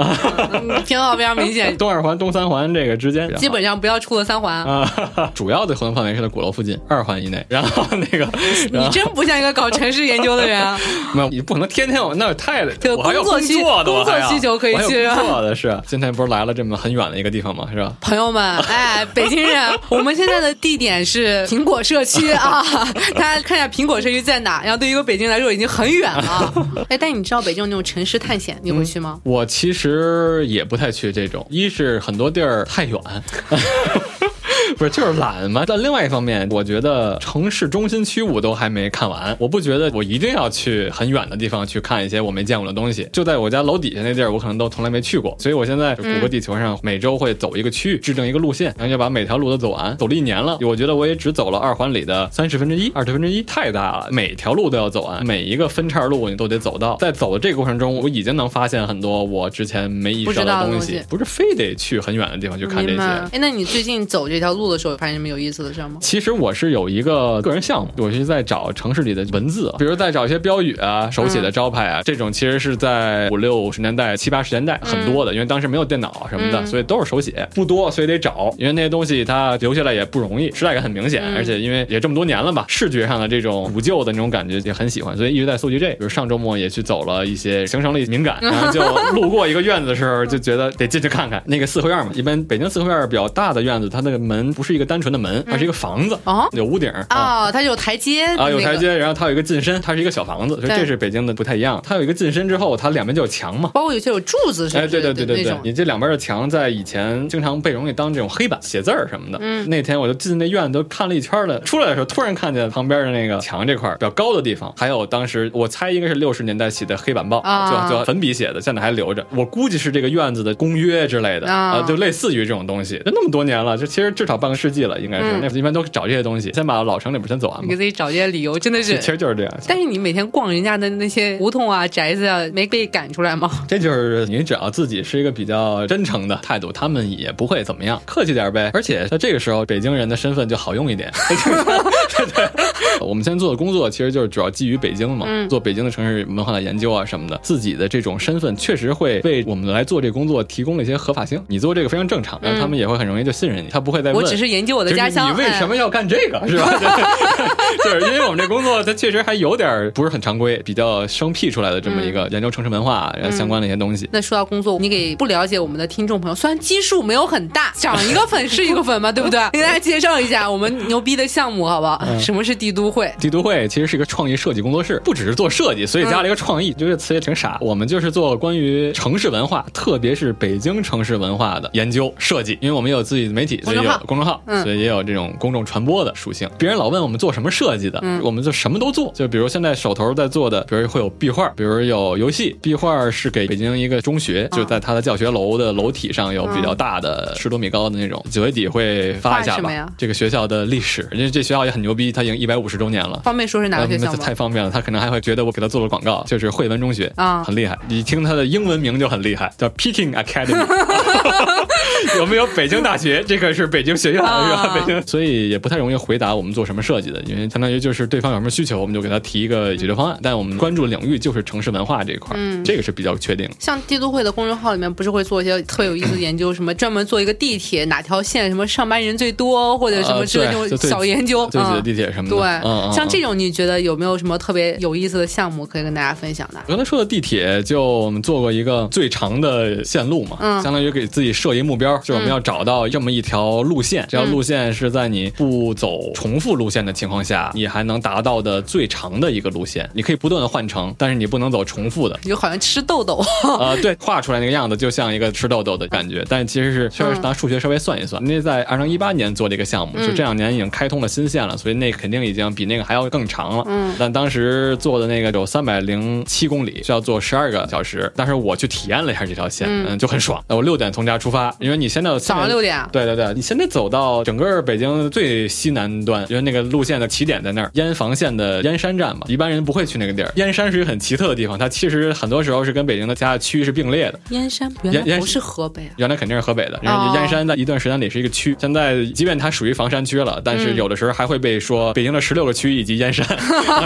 Speaker 2: 嗯偏好非常明
Speaker 1: (laughs)
Speaker 2: 显，
Speaker 1: 东二环、东三环这个之间，
Speaker 2: 基本上不要出了三环。
Speaker 1: 啊，哈哈主要的活动范围是在鼓楼附近二环以内，然后那个，然
Speaker 2: (laughs) 你
Speaker 1: 后
Speaker 2: 真不像一个搞城市研究的人啊！
Speaker 1: 没有，你不能天天往那儿太，
Speaker 2: 就
Speaker 1: 我还有
Speaker 2: 工作需
Speaker 1: 作的，我还要
Speaker 2: 工作需求可以
Speaker 1: 我还有
Speaker 2: 去啊是吧
Speaker 1: 工作的是，今天不是来了这么很远的一个地方嘛，是吧？
Speaker 2: 朋
Speaker 1: (laughs)
Speaker 2: 友们，哎，北京人，我们现在的地点是苹果社区
Speaker 1: (laughs)
Speaker 2: 啊，大家看一下苹果社区在哪，然后对于一个北京来说已经很
Speaker 1: (laughs)
Speaker 2: 远了。哎，但你知道北京有那种城市探险，你
Speaker 1: 嗯
Speaker 2: 会去吗？
Speaker 1: 我其实也不太去这种，一是很多地儿太远。 (laughs) 不是，就是懒嘛。但另外一方面，我觉得城市中心区我都还没看完，我不觉得我一定要去很远的地方去看一些我没见过的东西。就在我家楼底下那地儿，我可能都从来没去过。所以我现在谷歌地球上每周会走一个区域，制定一个路线，然后就把每条路都走完。走了一年了，我觉得我也只走了二环里的三十分之一，二十分之一太大了，每条路都要走完，每一个分岔路你都得走到。在走的这个过程中，我已经能发现很多我之前没意识
Speaker 2: 不知道
Speaker 1: 到
Speaker 2: 的
Speaker 1: 的东
Speaker 2: 东西
Speaker 1: 西，不是非得去很远的地方去看这
Speaker 2: 明
Speaker 1: 些。
Speaker 2: 白。哎，那你最近走这条路的时候，有发现什么有意思的事儿吗？
Speaker 1: 其实我是有一个个人项目，我是在找城市里的文字，比如在找一些标语啊、手写的招牌啊，这种其实是在五六十年代、七八十年代很多的，因为当时没有电脑啊什么的，所以都是手写，不多，所以得找，因为那些东西它留下来也不容易，时代感很明显，
Speaker 2: 嗯
Speaker 1: 而且因为也这么多年了吧，视觉上的这种古旧的那种感觉也很喜欢，所以一直在搜集这。比如上周末也去走了一些行程力敏感，然后
Speaker 2: (laughs)
Speaker 1: 就路过一个院子的时候，就觉得得进去看看那个四合院嘛。一般北京四合院比较大的院子，它那个门不是一个单纯的门，而是一个房子，
Speaker 2: 哦
Speaker 1: 有屋顶啊。
Speaker 2: 哦，它有台阶
Speaker 1: 啊，有
Speaker 2: 那个
Speaker 1: 台阶，然后它有一个进深，它是一个小房子，所以
Speaker 2: 对
Speaker 1: 这是北京的不太一样。它有一个进深之后，它两边就有墙嘛，
Speaker 2: 包括有些有柱子是不是？
Speaker 1: 哎，对对对对
Speaker 2: 那
Speaker 1: 对
Speaker 2: 种，
Speaker 1: 你这两边的墙在以前经常被容易当这种黑板写字儿什么的。嗯，那天我就进那院子都看了一圈了，出来的时候突然看见旁边的那个墙这块儿比较高的地方，还有当时我猜应该是六十年代写的黑板报，
Speaker 2: 啊
Speaker 1: 就就粉笔写的，现在还留着。我估计是这个院子的公约之类的
Speaker 2: 啊
Speaker 1: 就类似于这种东西。那那么多年了，就其实至少半个世纪了，应该是、
Speaker 2: 嗯
Speaker 1: 那一般都找这些东西，先把老城里边先走完
Speaker 2: 你
Speaker 1: 嘛
Speaker 2: 给。自己找这些理由，真的是
Speaker 1: 其。实就是这样，
Speaker 2: 但是你每天逛人家的那些胡同啊、宅子啊，没被赶出来吗？
Speaker 1: 这就是你只要自己是一个比较真诚的态度，他们也不会怎么样，客气点呗。而且在这个时候，北京人的身份就好用一点。 (laughs) 对，我们现在做的工作其实就是主要基于北京嘛，
Speaker 2: 嗯
Speaker 1: 做北京的城市文化的研究啊什么的，自己的这种身份确实会为我们来做这工作提供了一些合法性。你做这个非常正常，然后他们也会很容易就信任你，他不会哎再问。
Speaker 2: 嗯我只是研究我的
Speaker 1: 就是
Speaker 2: 家乡。哎
Speaker 1: 你为什么要干这个？是
Speaker 2: (laughs)
Speaker 1: 吧？ (laughs) 就是因为我们这工作，它确实还有点儿不是很常规，比较生僻出来的这么一
Speaker 2: 嗯
Speaker 1: 个研究城市文化然后相关的一些东西。
Speaker 2: 那说到工作，你给不了解我们的听众朋友，虽然基数没有很大，涨一个粉是一个粉
Speaker 1: (laughs)
Speaker 2: 嘛，对不对？给大家介绍一下我们牛逼的项目，好不好？
Speaker 1: 嗯
Speaker 2: 什么是帝都会？
Speaker 1: 帝都会其实是一个创意设计工作室，不只是做设计，所以加了一个创意，
Speaker 2: 嗯
Speaker 1: 就这词也挺傻。我们就是做关于城市文化，特别是北京城市文化的研究设计，因为我们也有自己的媒体，所以
Speaker 2: 公众
Speaker 1: 有
Speaker 2: 号
Speaker 1: 公众号，
Speaker 2: 嗯
Speaker 1: 所以也有这种公众传播的属性。别人老问我们做什么设计的，
Speaker 2: 嗯
Speaker 1: 我们就什么都做。就比如现在手头在做的，比如会有壁画，比如有游戏。壁画是给北京一个中学，
Speaker 2: 嗯
Speaker 1: 就在它的教学楼的楼体上有比较大的十多米高的那种，九月底会发一
Speaker 2: 画
Speaker 1: 下
Speaker 2: 什么
Speaker 1: 吧
Speaker 2: 呀。
Speaker 1: 这个学校的历史，因为这学校也很牛逼，它已经一百五十周年了。
Speaker 2: 方便说是哪个学
Speaker 1: 嗯
Speaker 2: 校
Speaker 1: 那
Speaker 2: 吗？
Speaker 1: 太方便了，他可能还会觉得我给他做了广告，就是惠文中学
Speaker 2: 啊
Speaker 1: 很厉害。你听他的英文名就很厉害，叫 Peking
Speaker 2: (laughs)
Speaker 1: Academy。有没有北京大学？这个是北京学院、
Speaker 2: 啊
Speaker 1: 是吧？北京，所以也不太容易回答我们做什么设计的，因为相当于就是对方有什么需求，我们就给他提一个解决方案。但我们关注领域就是城市文化这一块，嗯、这个是比较确定的。
Speaker 2: 像帝都会的公众号里面，不是会做一些特别有意思的研究，什么专门做一个地铁哪条线什么上班人最多，或者什么之类的
Speaker 1: 呃
Speaker 2: 这
Speaker 1: 对就
Speaker 2: 种
Speaker 1: 对
Speaker 2: 小研究。
Speaker 1: 对对，
Speaker 2: 嗯
Speaker 1: 地铁什么的，
Speaker 2: 对
Speaker 1: 嗯嗯，
Speaker 2: 像这
Speaker 1: 嗯。
Speaker 2: 种你觉得有没有什么特别有意思的项目可以跟大家分享的？
Speaker 1: 我刚才说的地铁，就我们做过一个最长的线路嘛，
Speaker 2: 嗯
Speaker 1: 相当于给自己设一目标，就是我们要找到这么一条路线，这条路线是在你不走重复路线的情况下，你还能达到的最长的一个路线。你可以不断的换乘，但是你不能走重复的。
Speaker 2: 就好像吃豆豆，
Speaker 1: 呃，对，画出来那个样子就像一个吃豆豆的感觉，但其实
Speaker 2: 嗯
Speaker 1: 是确实拿数学稍微算一算，那在二零一八年做这个项目，就
Speaker 2: 嗯
Speaker 1: 这两年已经开通了新线了，所以那肯定已经比那个还要更长了。嗯，但当时做的那个有三百零七公里，需要做十二个小时。当时我去体验了一下这条线，嗯，就很爽。我六点从家出发，因为你现在
Speaker 2: 早上六点啊
Speaker 1: 对对对，你现在走到整个北京最西南端，因为那个路线的起点在那儿，烟防线的燕山站嘛，一般人不会去那个地儿。燕山是一个很奇特的地方，它其实很多时候是跟北京的其他区是并列的。
Speaker 2: 燕山原
Speaker 1: 燕
Speaker 2: 来
Speaker 1: 燕
Speaker 2: 不是河北啊。
Speaker 1: 原来肯定是河北的，然后燕山在一段时间里是一个区，现在即便它属于房山区了，但是有的时候还会被说北京的十六个区以及燕山，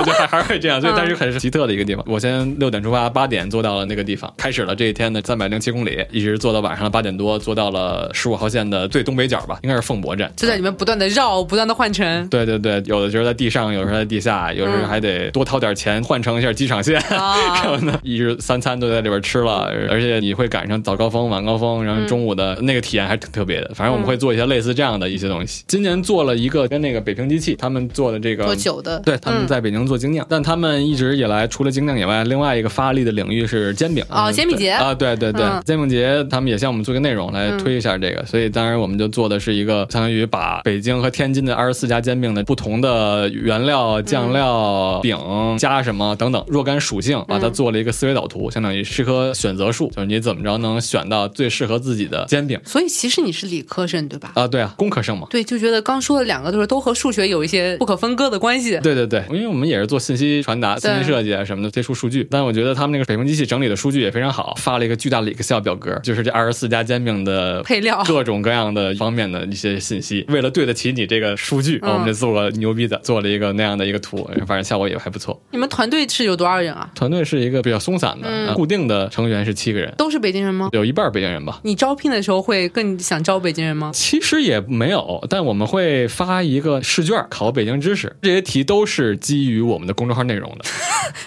Speaker 1: 就还还会这样，所以它是很奇特的一个地方。我先六点出发，八点坐到了那个地方，开始了这一天的三百零七公里，一直坐到晚上的八点多，坐到了十五号线的最东北角吧，应该是凤博站。
Speaker 2: 就在里面不断的绕，不断的换乘
Speaker 1: (laughs) 对对对，有的时候在地上，有时候在地下，有时候还得多掏点钱换乘一下机场线。 (laughs)
Speaker 2: 啊，
Speaker 1: 然后呢，一日三餐都在里边吃了，而且你会赶上早高峰、晚高峰，然后中午的那个体验还挺特别的。反正我们会做一些类似这样的一些东西。今年做了一个跟那个北平机器他们做的这个
Speaker 2: 做酒的，
Speaker 1: 对，他们在北京做精酿，
Speaker 2: 嗯
Speaker 1: 但他们一直以来除了精酿以外，另外一个发力的领域是煎饼
Speaker 2: 哦
Speaker 1: 嗯
Speaker 2: 煎饼
Speaker 1: 对
Speaker 2: 节
Speaker 1: 啊，对对对
Speaker 2: 嗯，
Speaker 1: 煎饼节他们也向我们做个内容来推一下这个，所以当然我们就做的是一个相当于把北京和天津的二十四家煎饼的不同的原料、酱料、饼加什么等等若干属性，把它做了一个思维导图，相当于是棵选择树，就是你怎么着能选到最适合自己的煎饼
Speaker 2: 所以其实你是理科生对吧？
Speaker 1: 啊，对啊，工科生嘛。
Speaker 2: 对，就觉得刚说的两个都是都和数学有一些不可分割的关系。
Speaker 1: 对对对，因为我们也是做信息传达、信息设计啊什么的，接触数据。但我觉得他们那个北平机器整理的数据也非常好，发了一个巨大的 Excel 表格，就是这二十四家煎饼的
Speaker 2: 配料
Speaker 1: 各种各样的方面的一些信息。为了对得起你这个数据，
Speaker 2: 嗯
Speaker 1: 我们就做了牛逼的，做了一个那样的一个图，反正效果也还不错。
Speaker 2: 你们团队是有多少人啊？
Speaker 1: 团队是一个比较松散的，呃固定的成员是七个人，
Speaker 2: 都是北京人吗？
Speaker 1: 有一半儿北京人吧。
Speaker 2: 你招聘的时候会更想招北京人吗？
Speaker 1: 其实也没有，但我们会发一个试卷考北京知识，这些题都是基于我们的公众号内容的。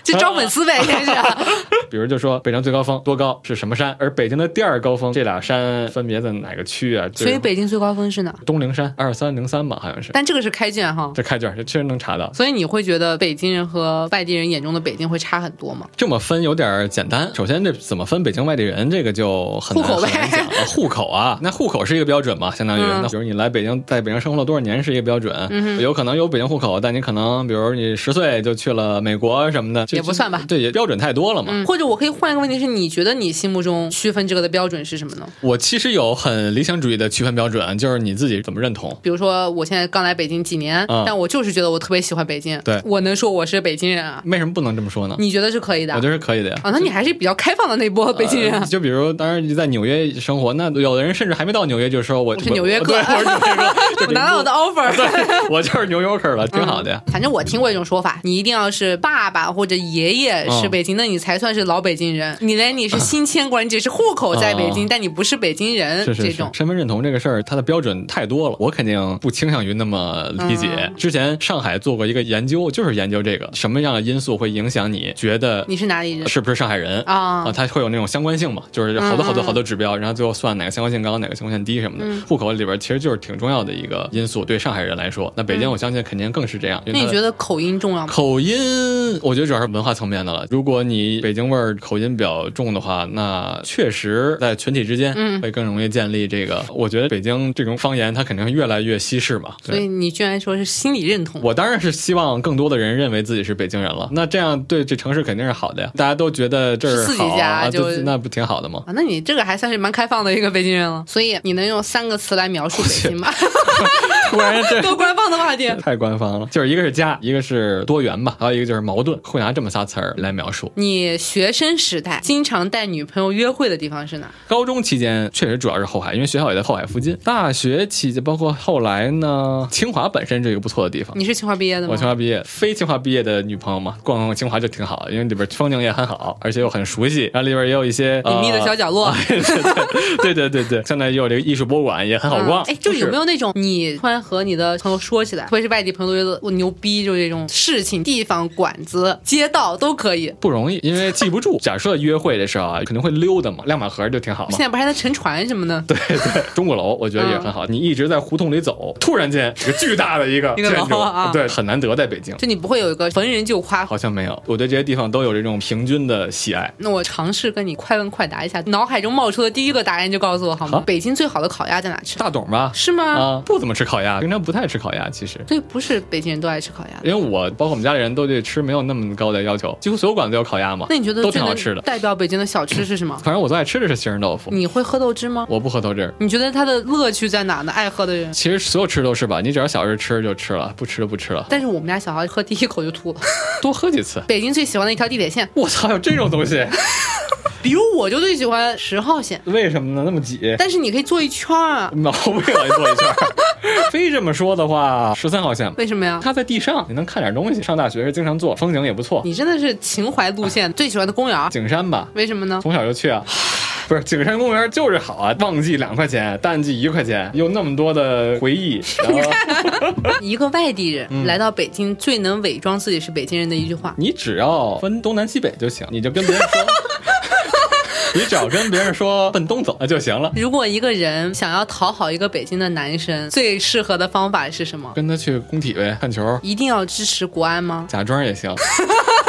Speaker 2: 就招粉丝呗，真是。
Speaker 1: 啊
Speaker 2: (laughs)
Speaker 1: 比如就说北京最高峰多高是什么山，而北京的第二高峰这俩山分别在哪个区啊？
Speaker 2: 所以
Speaker 1: 就是
Speaker 2: 北京最高峰是哪哪？
Speaker 1: 东陵山二三零三吧，好像是。
Speaker 2: 但这个是开卷哈，
Speaker 1: 这开卷这确实能查到，
Speaker 2: 所以你会觉得北京人和外地人眼中的北京会差很多吗？
Speaker 1: 这么分有点简单。首先，这怎么分北京外地人，这个就很难
Speaker 2: 户口呗
Speaker 1: 很难讲了。户口
Speaker 2: (laughs)
Speaker 1: 啊，那户口是一个标准嘛，相当于、
Speaker 2: 嗯
Speaker 1: 那比如你来北京，在北京生活了多少年是一个标准。有可能有北京户口，但你可能比如你十岁就去了美国什么的，就
Speaker 2: 也不算吧
Speaker 1: 就对，也标准太多了嘛。
Speaker 2: 嗯，或者我可以换一个问题是，你觉得你心目中区分这个的标准是什么呢？
Speaker 1: 我其实有很理想主义的区分标准，就是你自己怎么认同。
Speaker 2: 比如说，我现在刚来北京几年，
Speaker 1: 嗯
Speaker 2: 但我就是觉得我特别喜欢北京。
Speaker 1: 对
Speaker 2: 我能说我是北京人啊？
Speaker 1: 为什么不能这么说呢？
Speaker 2: 你觉得是可以的？
Speaker 1: 我哦觉得是可以的呀。
Speaker 2: 啊，那你还是比较开放的那波北京人啊
Speaker 1: 呃。就比如，当然你在纽约生活，那有的人甚至还没到纽约就说我
Speaker 2: 我是纽约客
Speaker 1: 对我是纽约客，就
Speaker 2: (laughs) 我拿到我
Speaker 1: (laughs)
Speaker 2: 的 offer，
Speaker 1: 对，我就是纽约客了，挺好的呀。
Speaker 2: 嗯反正我听过一种说法，你一定要是爸爸或者爷爷
Speaker 1: 嗯
Speaker 2: 是北京的，你才算是老北
Speaker 1: (laughs)
Speaker 2: 京人。你连你是新迁过来，你只是户口在北京，
Speaker 1: 嗯
Speaker 2: 但你不是北京人，
Speaker 1: 是是
Speaker 2: 嗯这
Speaker 1: 是
Speaker 2: 种，
Speaker 1: 身份认同这个事儿，它的标准太多了，我肯定不倾向于那么理解。
Speaker 2: 嗯
Speaker 1: 之前上海做过一个研究，就是研究这个什么样的因素会影响你觉得
Speaker 2: 你是哪里人？
Speaker 1: 是不是上海人
Speaker 2: 啊
Speaker 1: 它会有那种相关性嘛，就是好多好多
Speaker 2: 嗯嗯嗯
Speaker 1: 好多指标，然后最后算哪个相关性高，哪个相关性低什么的。户口里边其实就是挺重要的一个因素，对上海人来说，那北京我相信肯定更是这样。因为
Speaker 2: 嗯那
Speaker 1: 它
Speaker 2: 你
Speaker 1: 的
Speaker 2: 觉得口音重要吗？
Speaker 1: 口音，我觉得主要是文化层面的了。如果你北京味儿口音比较重的话，那确实在群体之间
Speaker 2: 嗯
Speaker 1: 会更容易建立这个。我觉得北京这种方言，它肯定是越来越稀释嘛。
Speaker 2: 所以
Speaker 1: 对。
Speaker 2: 你居然说是心理认同，
Speaker 1: 我当然是希望更多的人认为自己是北京人了，那这样对这城市肯定是好的呀。大家都觉得这儿
Speaker 2: 是自己
Speaker 1: 好
Speaker 2: 家
Speaker 1: 啊，
Speaker 2: 就
Speaker 1: 对那不挺好的
Speaker 2: (laughs)
Speaker 1: 吗？
Speaker 2: 啊，那你这个还算是蛮开放的一个北京人了。所以你能用三个词来描述北京吗？
Speaker 1: 突然
Speaker 2: (laughs)
Speaker 1: 这
Speaker 2: 多官方的
Speaker 1: (laughs)
Speaker 2: 话题。
Speaker 1: 太官方了，就是一个是家，一个是多元吧，还有一个就是矛盾，会拿这么仨词儿来描述。
Speaker 2: 你学生时代经常带女朋友约会的地方是哪？
Speaker 1: 高中期间确实主要是后海，因为学校也在后海附近。大学期间，包括后来
Speaker 2: 嗯
Speaker 1: 呢，清华本身是一个不错的地方。
Speaker 2: 你是清华毕业的吗
Speaker 1: 我？清华毕业，非清华毕业的女朋友嘛，逛逛清华就挺好，因为里边风景也很好，而且又很熟悉，然后里边也有一些
Speaker 2: 隐秘的小。角落。
Speaker 1: 呃 (laughs) 对对对对对，现在也有这个艺术博物馆，也很好逛。
Speaker 2: 哎、就有没
Speaker 1: 有？
Speaker 2: 有那种你突然和你的朋友说起来，特别是外地朋友都觉得我牛逼，就这种事情、地方、馆子、街道都可
Speaker 1: (laughs)
Speaker 2: 以。
Speaker 1: 不容易，因为记不住。假设约会的时候啊，肯定会溜达嘛，亮马河就挺好嘛
Speaker 2: (laughs) 现。在不是还能乘船什么的？
Speaker 1: 对对，钟鼓楼我觉得也很好。你一直在胡同里走，突然间一个巨大的一个
Speaker 2: (laughs) 一个
Speaker 1: 建
Speaker 2: 楼
Speaker 1: 筑，
Speaker 2: 啊
Speaker 1: 对，很难得在北京。
Speaker 2: 就你不会有一个逢人就夸。
Speaker 1: 好像没有，我对这些地方都有这种平均的喜爱。
Speaker 2: 那我尝试跟你快问快答一下，脑海中冒出的第一个答案就告诉我好吗？
Speaker 1: 好
Speaker 2: 北京最好的烤鸭在哪吃？
Speaker 1: 大董吧？
Speaker 2: 是吗？
Speaker 1: 啊，不怎么吃烤鸭，平常不太吃烤鸭，其实。
Speaker 2: 所以不是北京人都爱吃烤鸭的。
Speaker 1: 因为我包括我们家里人都对吃没有那么高的要求，几乎所有馆子都有烤鸭嘛，
Speaker 2: 那你觉得
Speaker 1: 都
Speaker 2: 最
Speaker 1: 挺好
Speaker 2: 能
Speaker 1: 吃的。
Speaker 2: 代表北京的小吃是
Speaker 1: (laughs)
Speaker 2: 什么？
Speaker 1: 反正我最爱吃的是杏仁豆腐，
Speaker 2: 你会喝豆汁吗？
Speaker 1: 我不喝豆汁儿。
Speaker 2: 你觉得它的乐趣在哪呢？爱喝的人。
Speaker 1: 其实所有吃都是吧，你只要小时候吃就吃了，不吃就不吃了， (laughs)
Speaker 2: 但是我们家小孩喝第一口就吐了。 (laughs)
Speaker 1: 多喝几次。
Speaker 2: 北京最喜欢的一条地铁线，
Speaker 1: 我操，有这种东西？
Speaker 2: 比如我就最喜欢十号线，
Speaker 1: 为什么呢？那么挤，
Speaker 2: 但是你可以坐一圈儿啊？
Speaker 1: 毛病了，你坐一圈
Speaker 2: (laughs)
Speaker 1: 儿。非这么说的话，十三号线，
Speaker 2: 为什么呀？
Speaker 1: 它在地上，你能看点东西。上大学是经常坐，风景也不错。
Speaker 2: 你真的是情怀路线，最喜欢的公园儿，
Speaker 1: 景山吧，
Speaker 2: 为什么呢？
Speaker 1: (laughs) 从小就去啊。不是景山公园就是好啊，旺季两块钱，淡季一块钱，有那么多的回忆。然后
Speaker 2: 一个外地
Speaker 1: 嗯
Speaker 2: 人来到北京，最能伪装自己是北京人的一句话。
Speaker 1: 你只要分东南西北就行，你就跟别人说， (laughs) 你只要跟别人说奔东走就行了。
Speaker 2: 如果一个人想要讨好一个北京的男生，最适合的方法是什么？
Speaker 1: 跟他去工体呗，看球，
Speaker 2: 一定要支持国安吗？
Speaker 1: 假装也行。 (laughs)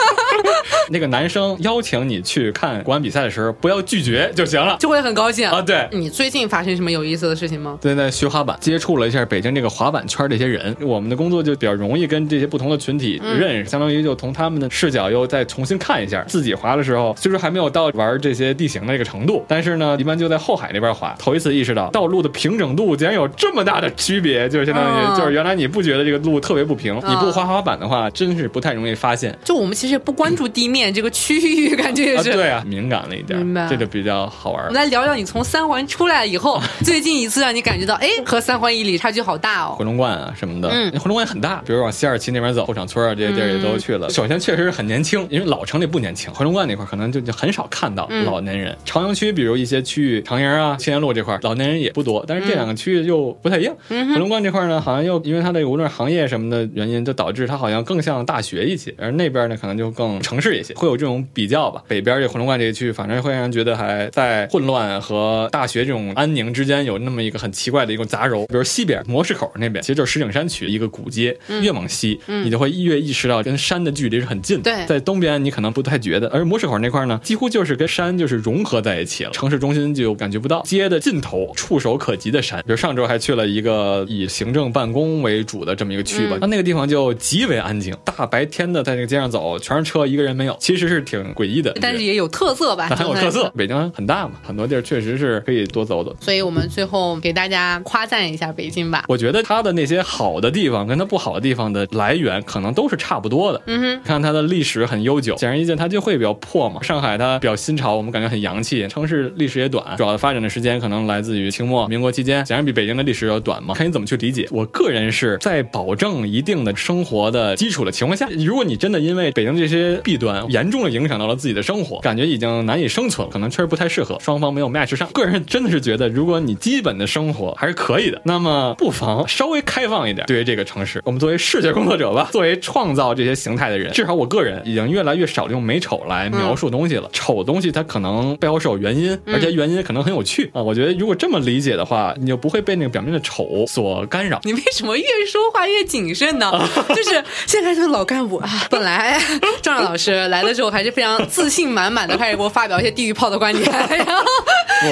Speaker 1: 那个男生邀请你去看国安比赛的时候，不要拒绝就行了
Speaker 2: 就会很高兴
Speaker 1: 啊。对，
Speaker 2: 你最近发生什么有意思的事情吗？
Speaker 1: 对，在学滑板接触了一下北京这个滑板圈这些人，我们的工作就比较容易跟这些不同的群体
Speaker 2: 嗯
Speaker 1: 认识，相当于就从他们的视角又再重新看一下自己滑的时候，虽说还没有到玩这些地形的这个程度，但是呢，一般就在后海那边滑，头一次意识到道路的平整度竟然有这么大的区别，就是相当
Speaker 2: 啊
Speaker 1: 于就是原来你不觉得这个路特别不平，
Speaker 2: 嗯
Speaker 1: 你不滑滑板的话，真是不太容易发现。
Speaker 2: 就我们其实也不关注地面这个区域，感觉也
Speaker 1: 啊，
Speaker 2: 是。
Speaker 1: 对啊，敏感了一点
Speaker 2: 明白，
Speaker 1: 这就比较好玩
Speaker 2: 我。们来聊聊你从三环出来以
Speaker 1: (laughs)
Speaker 2: 后，最近一次让你感觉到，哎，和三环以里差距好大哦。
Speaker 1: 回龙观啊什么的，
Speaker 2: 嗯
Speaker 1: 那回龙观也很大，比如往西二旗那边走，后场村啊这些地儿也都去了。首先确实很年轻，因为老城里不年轻，回龙观那块儿可能就就很少看到老年人。朝阳区比如一些区域，长营啊、新源路这块儿老年人也不多，但是这两个区域又不太一样。回龙观这块儿呢，好像又因为它这个无论是行业什么的原因，就导致它好像更像大学一些，而那边呢可能就更更城市一些，会有这种比较吧。北边这回龙观这一区，反正会让人觉得还在混乱和大学这种安宁之间有那么一个很奇怪的一个杂糅。比如西边模式口那边，其实就是石景山区一个古街，越往西，你就会越意识到跟山的距离是很近的。
Speaker 2: 对
Speaker 1: 在东边你可能不太觉得，而模式口那块呢，几乎就是跟山就是融合在一起了，城市中心就感觉不到。街的尽头，触手可及的山，比如上周还去了一个以行政办公为主的这么一个区
Speaker 2: 嗯
Speaker 1: 吧，那、那个地方就极为安静，大白天的在那个街上走，全是车，一个人没有，其实是挺诡异的，
Speaker 2: 但是也有特色吧，
Speaker 1: 但 (laughs) 很有
Speaker 2: 相对
Speaker 1: 特
Speaker 2: 来
Speaker 1: 色
Speaker 2: 说。。
Speaker 1: 北京很大嘛，很多地儿确实是可以多走走。
Speaker 2: 所以我们最后给大家夸赞一下北京吧。
Speaker 1: (laughs) 我觉得它的那些好的地方跟它不好的地方的来源可能都是差不多的。嗯哼，看它的历史很悠久，显而易见它就会比较破嘛。上海它比较新潮，我们感觉很洋气，城市历史也短，主要的发展的时间可能来自于清末民国期间，显然比北京的历史要短嘛。看你怎么去理解。我个人是在保证一定的生活的基础的情况下，如果你真的因为北京这些弊端严重的影响到了自己的生活，感觉已经难以生存，可能确实不太适合，双方没有 match 上。个人真的是觉得，如果你基本的生活还是可以的，那么不妨稍微开放一点，对于这个城市，我们作为视觉工作者吧， (laughs) 作为创造这些形态的人，至少我个人已经越来越少用美丑来描述东西
Speaker 2: 嗯
Speaker 1: 了。丑东西它可能背后是有原因，而且原因可能很有趣
Speaker 2: 嗯
Speaker 1: 啊。我觉得如果这么理解的话，你就不会被那个表面的丑所干
Speaker 2: (laughs)
Speaker 1: 扰。
Speaker 2: 你为什么越说话越谨慎
Speaker 1: (laughs)
Speaker 2: 呢？就是现在就是老干部啊，本来 (laughs) 张亮老师来了之后还是非常自信满满的，开始给我发表一些地狱炮的
Speaker 1: (laughs)
Speaker 2: 观点，然后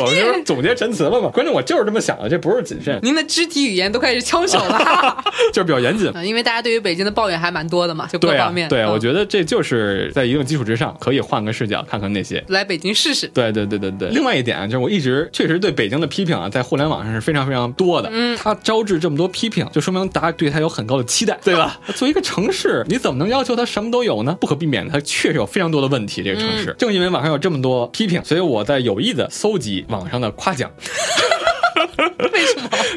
Speaker 1: 我这不是总结陈词了吗？关键我就是这么想的，这不是谨慎，
Speaker 2: 您的肢体语言都开始敲手
Speaker 1: (laughs)
Speaker 2: 了，
Speaker 1: 就是比较严谨。
Speaker 2: 嗯因为大家对于北京的抱怨还蛮多的嘛，就各
Speaker 1: 对啊
Speaker 2: 方面。，嗯
Speaker 1: 对啊，我
Speaker 2: 得
Speaker 1: 觉得这就是在一定基础之上，可以换个视角看看那些。
Speaker 2: 嗯来北京试试。
Speaker 1: 对对对对对。另外一点啊，就是我一直确实对北京的批评啊，在互联网上是非常非常多的。嗯，它招致这么多批评，就说明大家对它有很高的期待，对吧？
Speaker 2: 嗯
Speaker 1: 作为一个城市，你怎么能要求它什么都有呢？不可避免的，它确实有非常多的问题。这个
Speaker 2: 嗯
Speaker 1: 城市、正因为网上有这么多批评，所以我在有意的搜集网上的夸
Speaker 2: (laughs)
Speaker 1: 奖。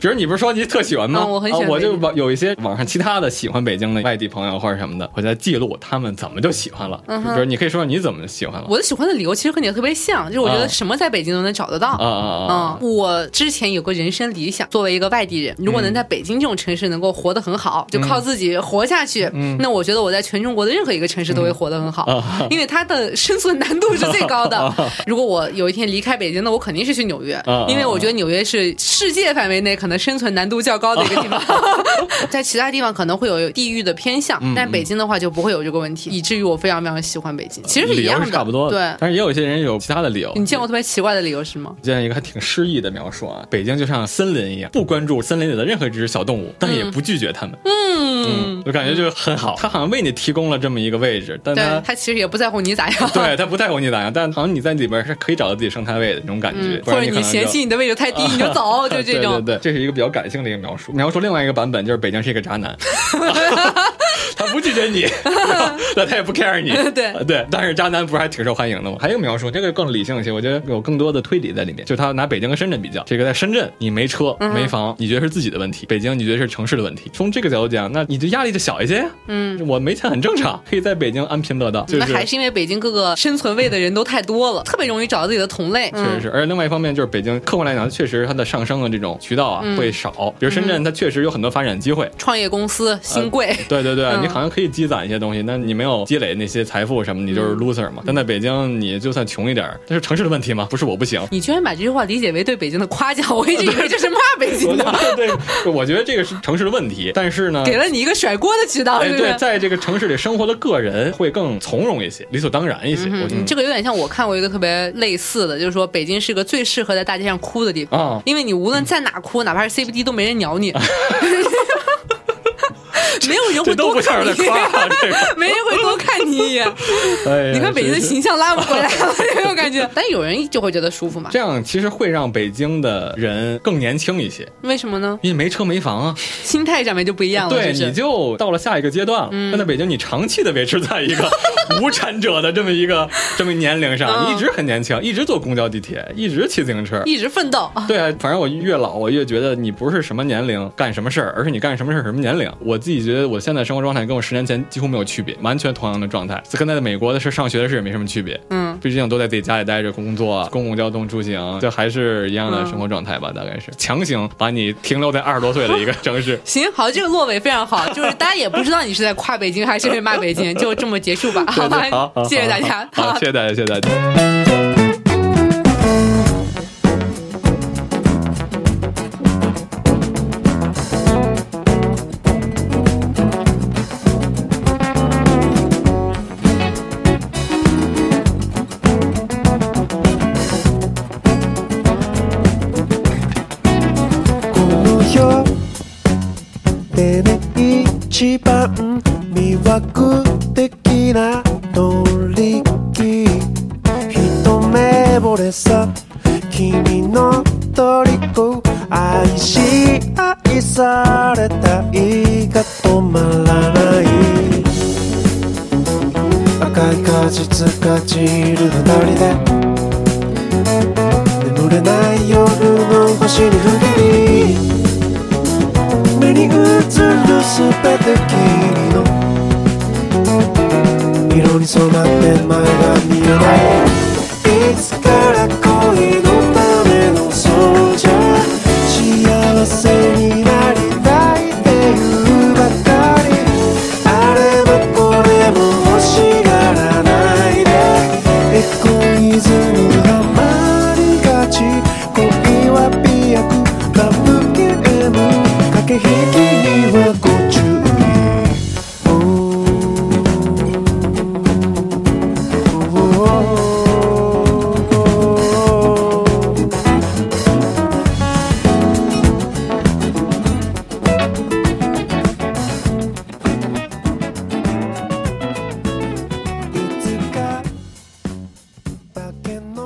Speaker 1: 比如你不是说你特喜欢吗？
Speaker 2: 嗯我很喜欢
Speaker 1: 啊我就
Speaker 2: 北京
Speaker 1: 网有一些网上其他的喜欢北京的外地朋友或者什么的，我在记录他们怎么就喜欢了。嗯、比如你可以说你怎么喜欢了
Speaker 2: 我的喜欢的理由其实和你的特别像，就是我觉
Speaker 1: 啊
Speaker 2: 得什么在北京都能找得到。
Speaker 1: 啊啊啊啊！
Speaker 2: 嗯，我之前有个人生理想，作为一个外地
Speaker 1: 嗯
Speaker 2: 人，如果能在北京这种城市能够活得很好，就靠自己活下去，
Speaker 1: 嗯
Speaker 2: 那我觉得我在全中国的任何一个城市都会活得很好，因为它的生存难度是最高的。
Speaker 1: (laughs) 嗯
Speaker 2: 如果我有一天离开北京，那我肯定是去纽约，
Speaker 1: 啊
Speaker 2: 因为我觉得纽约是世界范围内可能生存难度较高的一个
Speaker 1: (laughs)
Speaker 2: 地方， (laughs) 在其他地方可能会有地域的偏向，
Speaker 1: 嗯
Speaker 2: 但北京的话就不会有这个问题，以至于我非常非常喜欢北京，其实是
Speaker 1: 理
Speaker 2: 一
Speaker 1: 由
Speaker 2: 样
Speaker 1: 是
Speaker 2: 的，
Speaker 1: 差不多的，
Speaker 2: 对。
Speaker 1: 但是也有一些人有其他的理由。
Speaker 2: 你见过特别奇怪的理由是吗？
Speaker 1: 这样一个还挺诗意的描述啊，北京就像森林一样，不关注森林里的任何一只小动物，但也不拒绝它们。嗯，我感觉就很好。它好像为你提供了这么一个位置，但
Speaker 2: 对
Speaker 1: 它
Speaker 2: 他其实也不在乎你咋样，
Speaker 1: 对它不在乎你咋样，但好像你在里边是可以找到自己生态位的那种感觉，不
Speaker 2: 嗯或
Speaker 1: 然可
Speaker 2: 者你
Speaker 1: 能
Speaker 2: 嫌
Speaker 1: 就
Speaker 2: 弃你的位置太
Speaker 1: (laughs)
Speaker 2: 低，你就走， (laughs) 就这种。
Speaker 1: 对对对，这是一个比较感性的一个描述。描述另外一个版本就是北京是一个渣男， (laughs) 他不拒绝你， (laughs) 那他也不 care 你。啊
Speaker 2: 对
Speaker 1: 对，但是渣男不是还挺受欢迎的吗？还有一个描述，这个更理性一些，我觉得有更多的推理在里面。就他拿北京跟深圳比较，这个在深圳你没车没房，你觉得是自己的问题；北京你觉得是城市的问题。从这个角度讲，那你的压力就小一些呀。嗯，我没钱很正常，可以在北京安贫乐道。就
Speaker 2: 那
Speaker 1: 是
Speaker 2: 还是因为北京各个生存位的人都太多了，特别容易找到自己的同类。
Speaker 1: 确实是，而且另外一方面就是北京，客观来讲，确实它的上升的这种渠道啊、会少。比如深圳，它确实有很多发展机会。
Speaker 2: 创业公司新贵，
Speaker 1: 对对对，
Speaker 2: 嗯
Speaker 1: 你好像可以积攒一些东西，那你没有积累那些财富什么，你就是
Speaker 2: 嗯
Speaker 1: loser 嘛。但在北京，你就算穷一点儿，这是城市的问题吗？不是我不行。
Speaker 2: (laughs) 你居然把这句话理解为对北京的夸奖，我一直以
Speaker 1: (laughs)
Speaker 2: 为这是骂北
Speaker 1: 我
Speaker 2: 京的，
Speaker 1: 对对，对我觉得这个是城市的问题，但是呢，
Speaker 2: 给了你一个甩锅的渠道，
Speaker 1: 哎
Speaker 2: 是不
Speaker 1: 对，
Speaker 2: 是？
Speaker 1: 在这个城市里生活的个人会更从容一些，理所当然一些。我觉得
Speaker 2: 嗯，这个有点像我看过一个特别类似的，就是说北京是个最适合在大街上哭的地方，
Speaker 1: 啊
Speaker 2: 因为你无论在哪哭，哪怕是 CBD 都没
Speaker 1: (laughs)
Speaker 2: 人鸟你， (laughs) 没有人
Speaker 1: 这
Speaker 2: 会
Speaker 1: 都
Speaker 2: 多
Speaker 1: 不像
Speaker 2: 看
Speaker 1: 是在，
Speaker 2: 你
Speaker 1: 夸啊，这个。
Speaker 2: (laughs) 没人会多看你
Speaker 1: (laughs)
Speaker 2: 一眼。 (laughs)
Speaker 1: 哎呀
Speaker 2: 你看北京的
Speaker 1: 真是
Speaker 2: 形象拉不回来
Speaker 1: (laughs)
Speaker 2: 了， (laughs) 这种感觉。但有人就会觉得舒服嘛？
Speaker 1: 这样其实会让北京的人更年轻一些，
Speaker 2: 为什么呢？
Speaker 1: 因为没车没房啊。
Speaker 2: 心态啊上面就不一样了，
Speaker 1: 对，
Speaker 2: 是嗯
Speaker 1: 你
Speaker 2: 不是？
Speaker 1: 就到了下一个阶段了。但在北京，你长期的维持在
Speaker 2: (laughs)
Speaker 1: 一个无产者的这么一个这么年龄上，
Speaker 2: 嗯
Speaker 1: 你一直很年轻，一直坐公交、地铁，一直骑自行车。
Speaker 2: 一直奋斗，
Speaker 1: 对啊啊，反正我越老，我越觉得你不是什么年龄干什么事儿，而是你干什么事儿什么年龄。我自己觉觉得我现在生活状态跟我十年前几乎没有区别，完全同样的状态。跟在美国的是上学的事也没什么区别，
Speaker 2: 嗯，
Speaker 1: 毕竟都在自己家里待着，工作、公共交通出行，这还是一样
Speaker 2: 嗯
Speaker 1: 的生活状态吧，大概是强行把你停留在二十多岁的
Speaker 2: (laughs)
Speaker 1: 一个城市。
Speaker 2: 行，好，这个落尾非常好，就是大家也不知道你是在夸北京还是在骂
Speaker 1: (laughs)
Speaker 2: 北京，就这么结束吧，好吧
Speaker 1: 对对好，好，
Speaker 2: 谢谢大
Speaker 1: 好
Speaker 2: 家，
Speaker 1: 好好，谢谢大家，谢谢大家。
Speaker 3: この世でね一番魅惑的な乗り気一目惚れさ君の虜愛し愛されたいが止まらない赤い果実が散る隣で眠れない夜の星に不気味目に映るすべて君の色に染まって前が見えないいつから恋のためのそうじゃ幸せになりたいっていうばかりあれもこれも欲しがらないでエコイズムがまりがち恋は美薬ラブゲーム駆け引きにはご注意 Oh. いつか化けの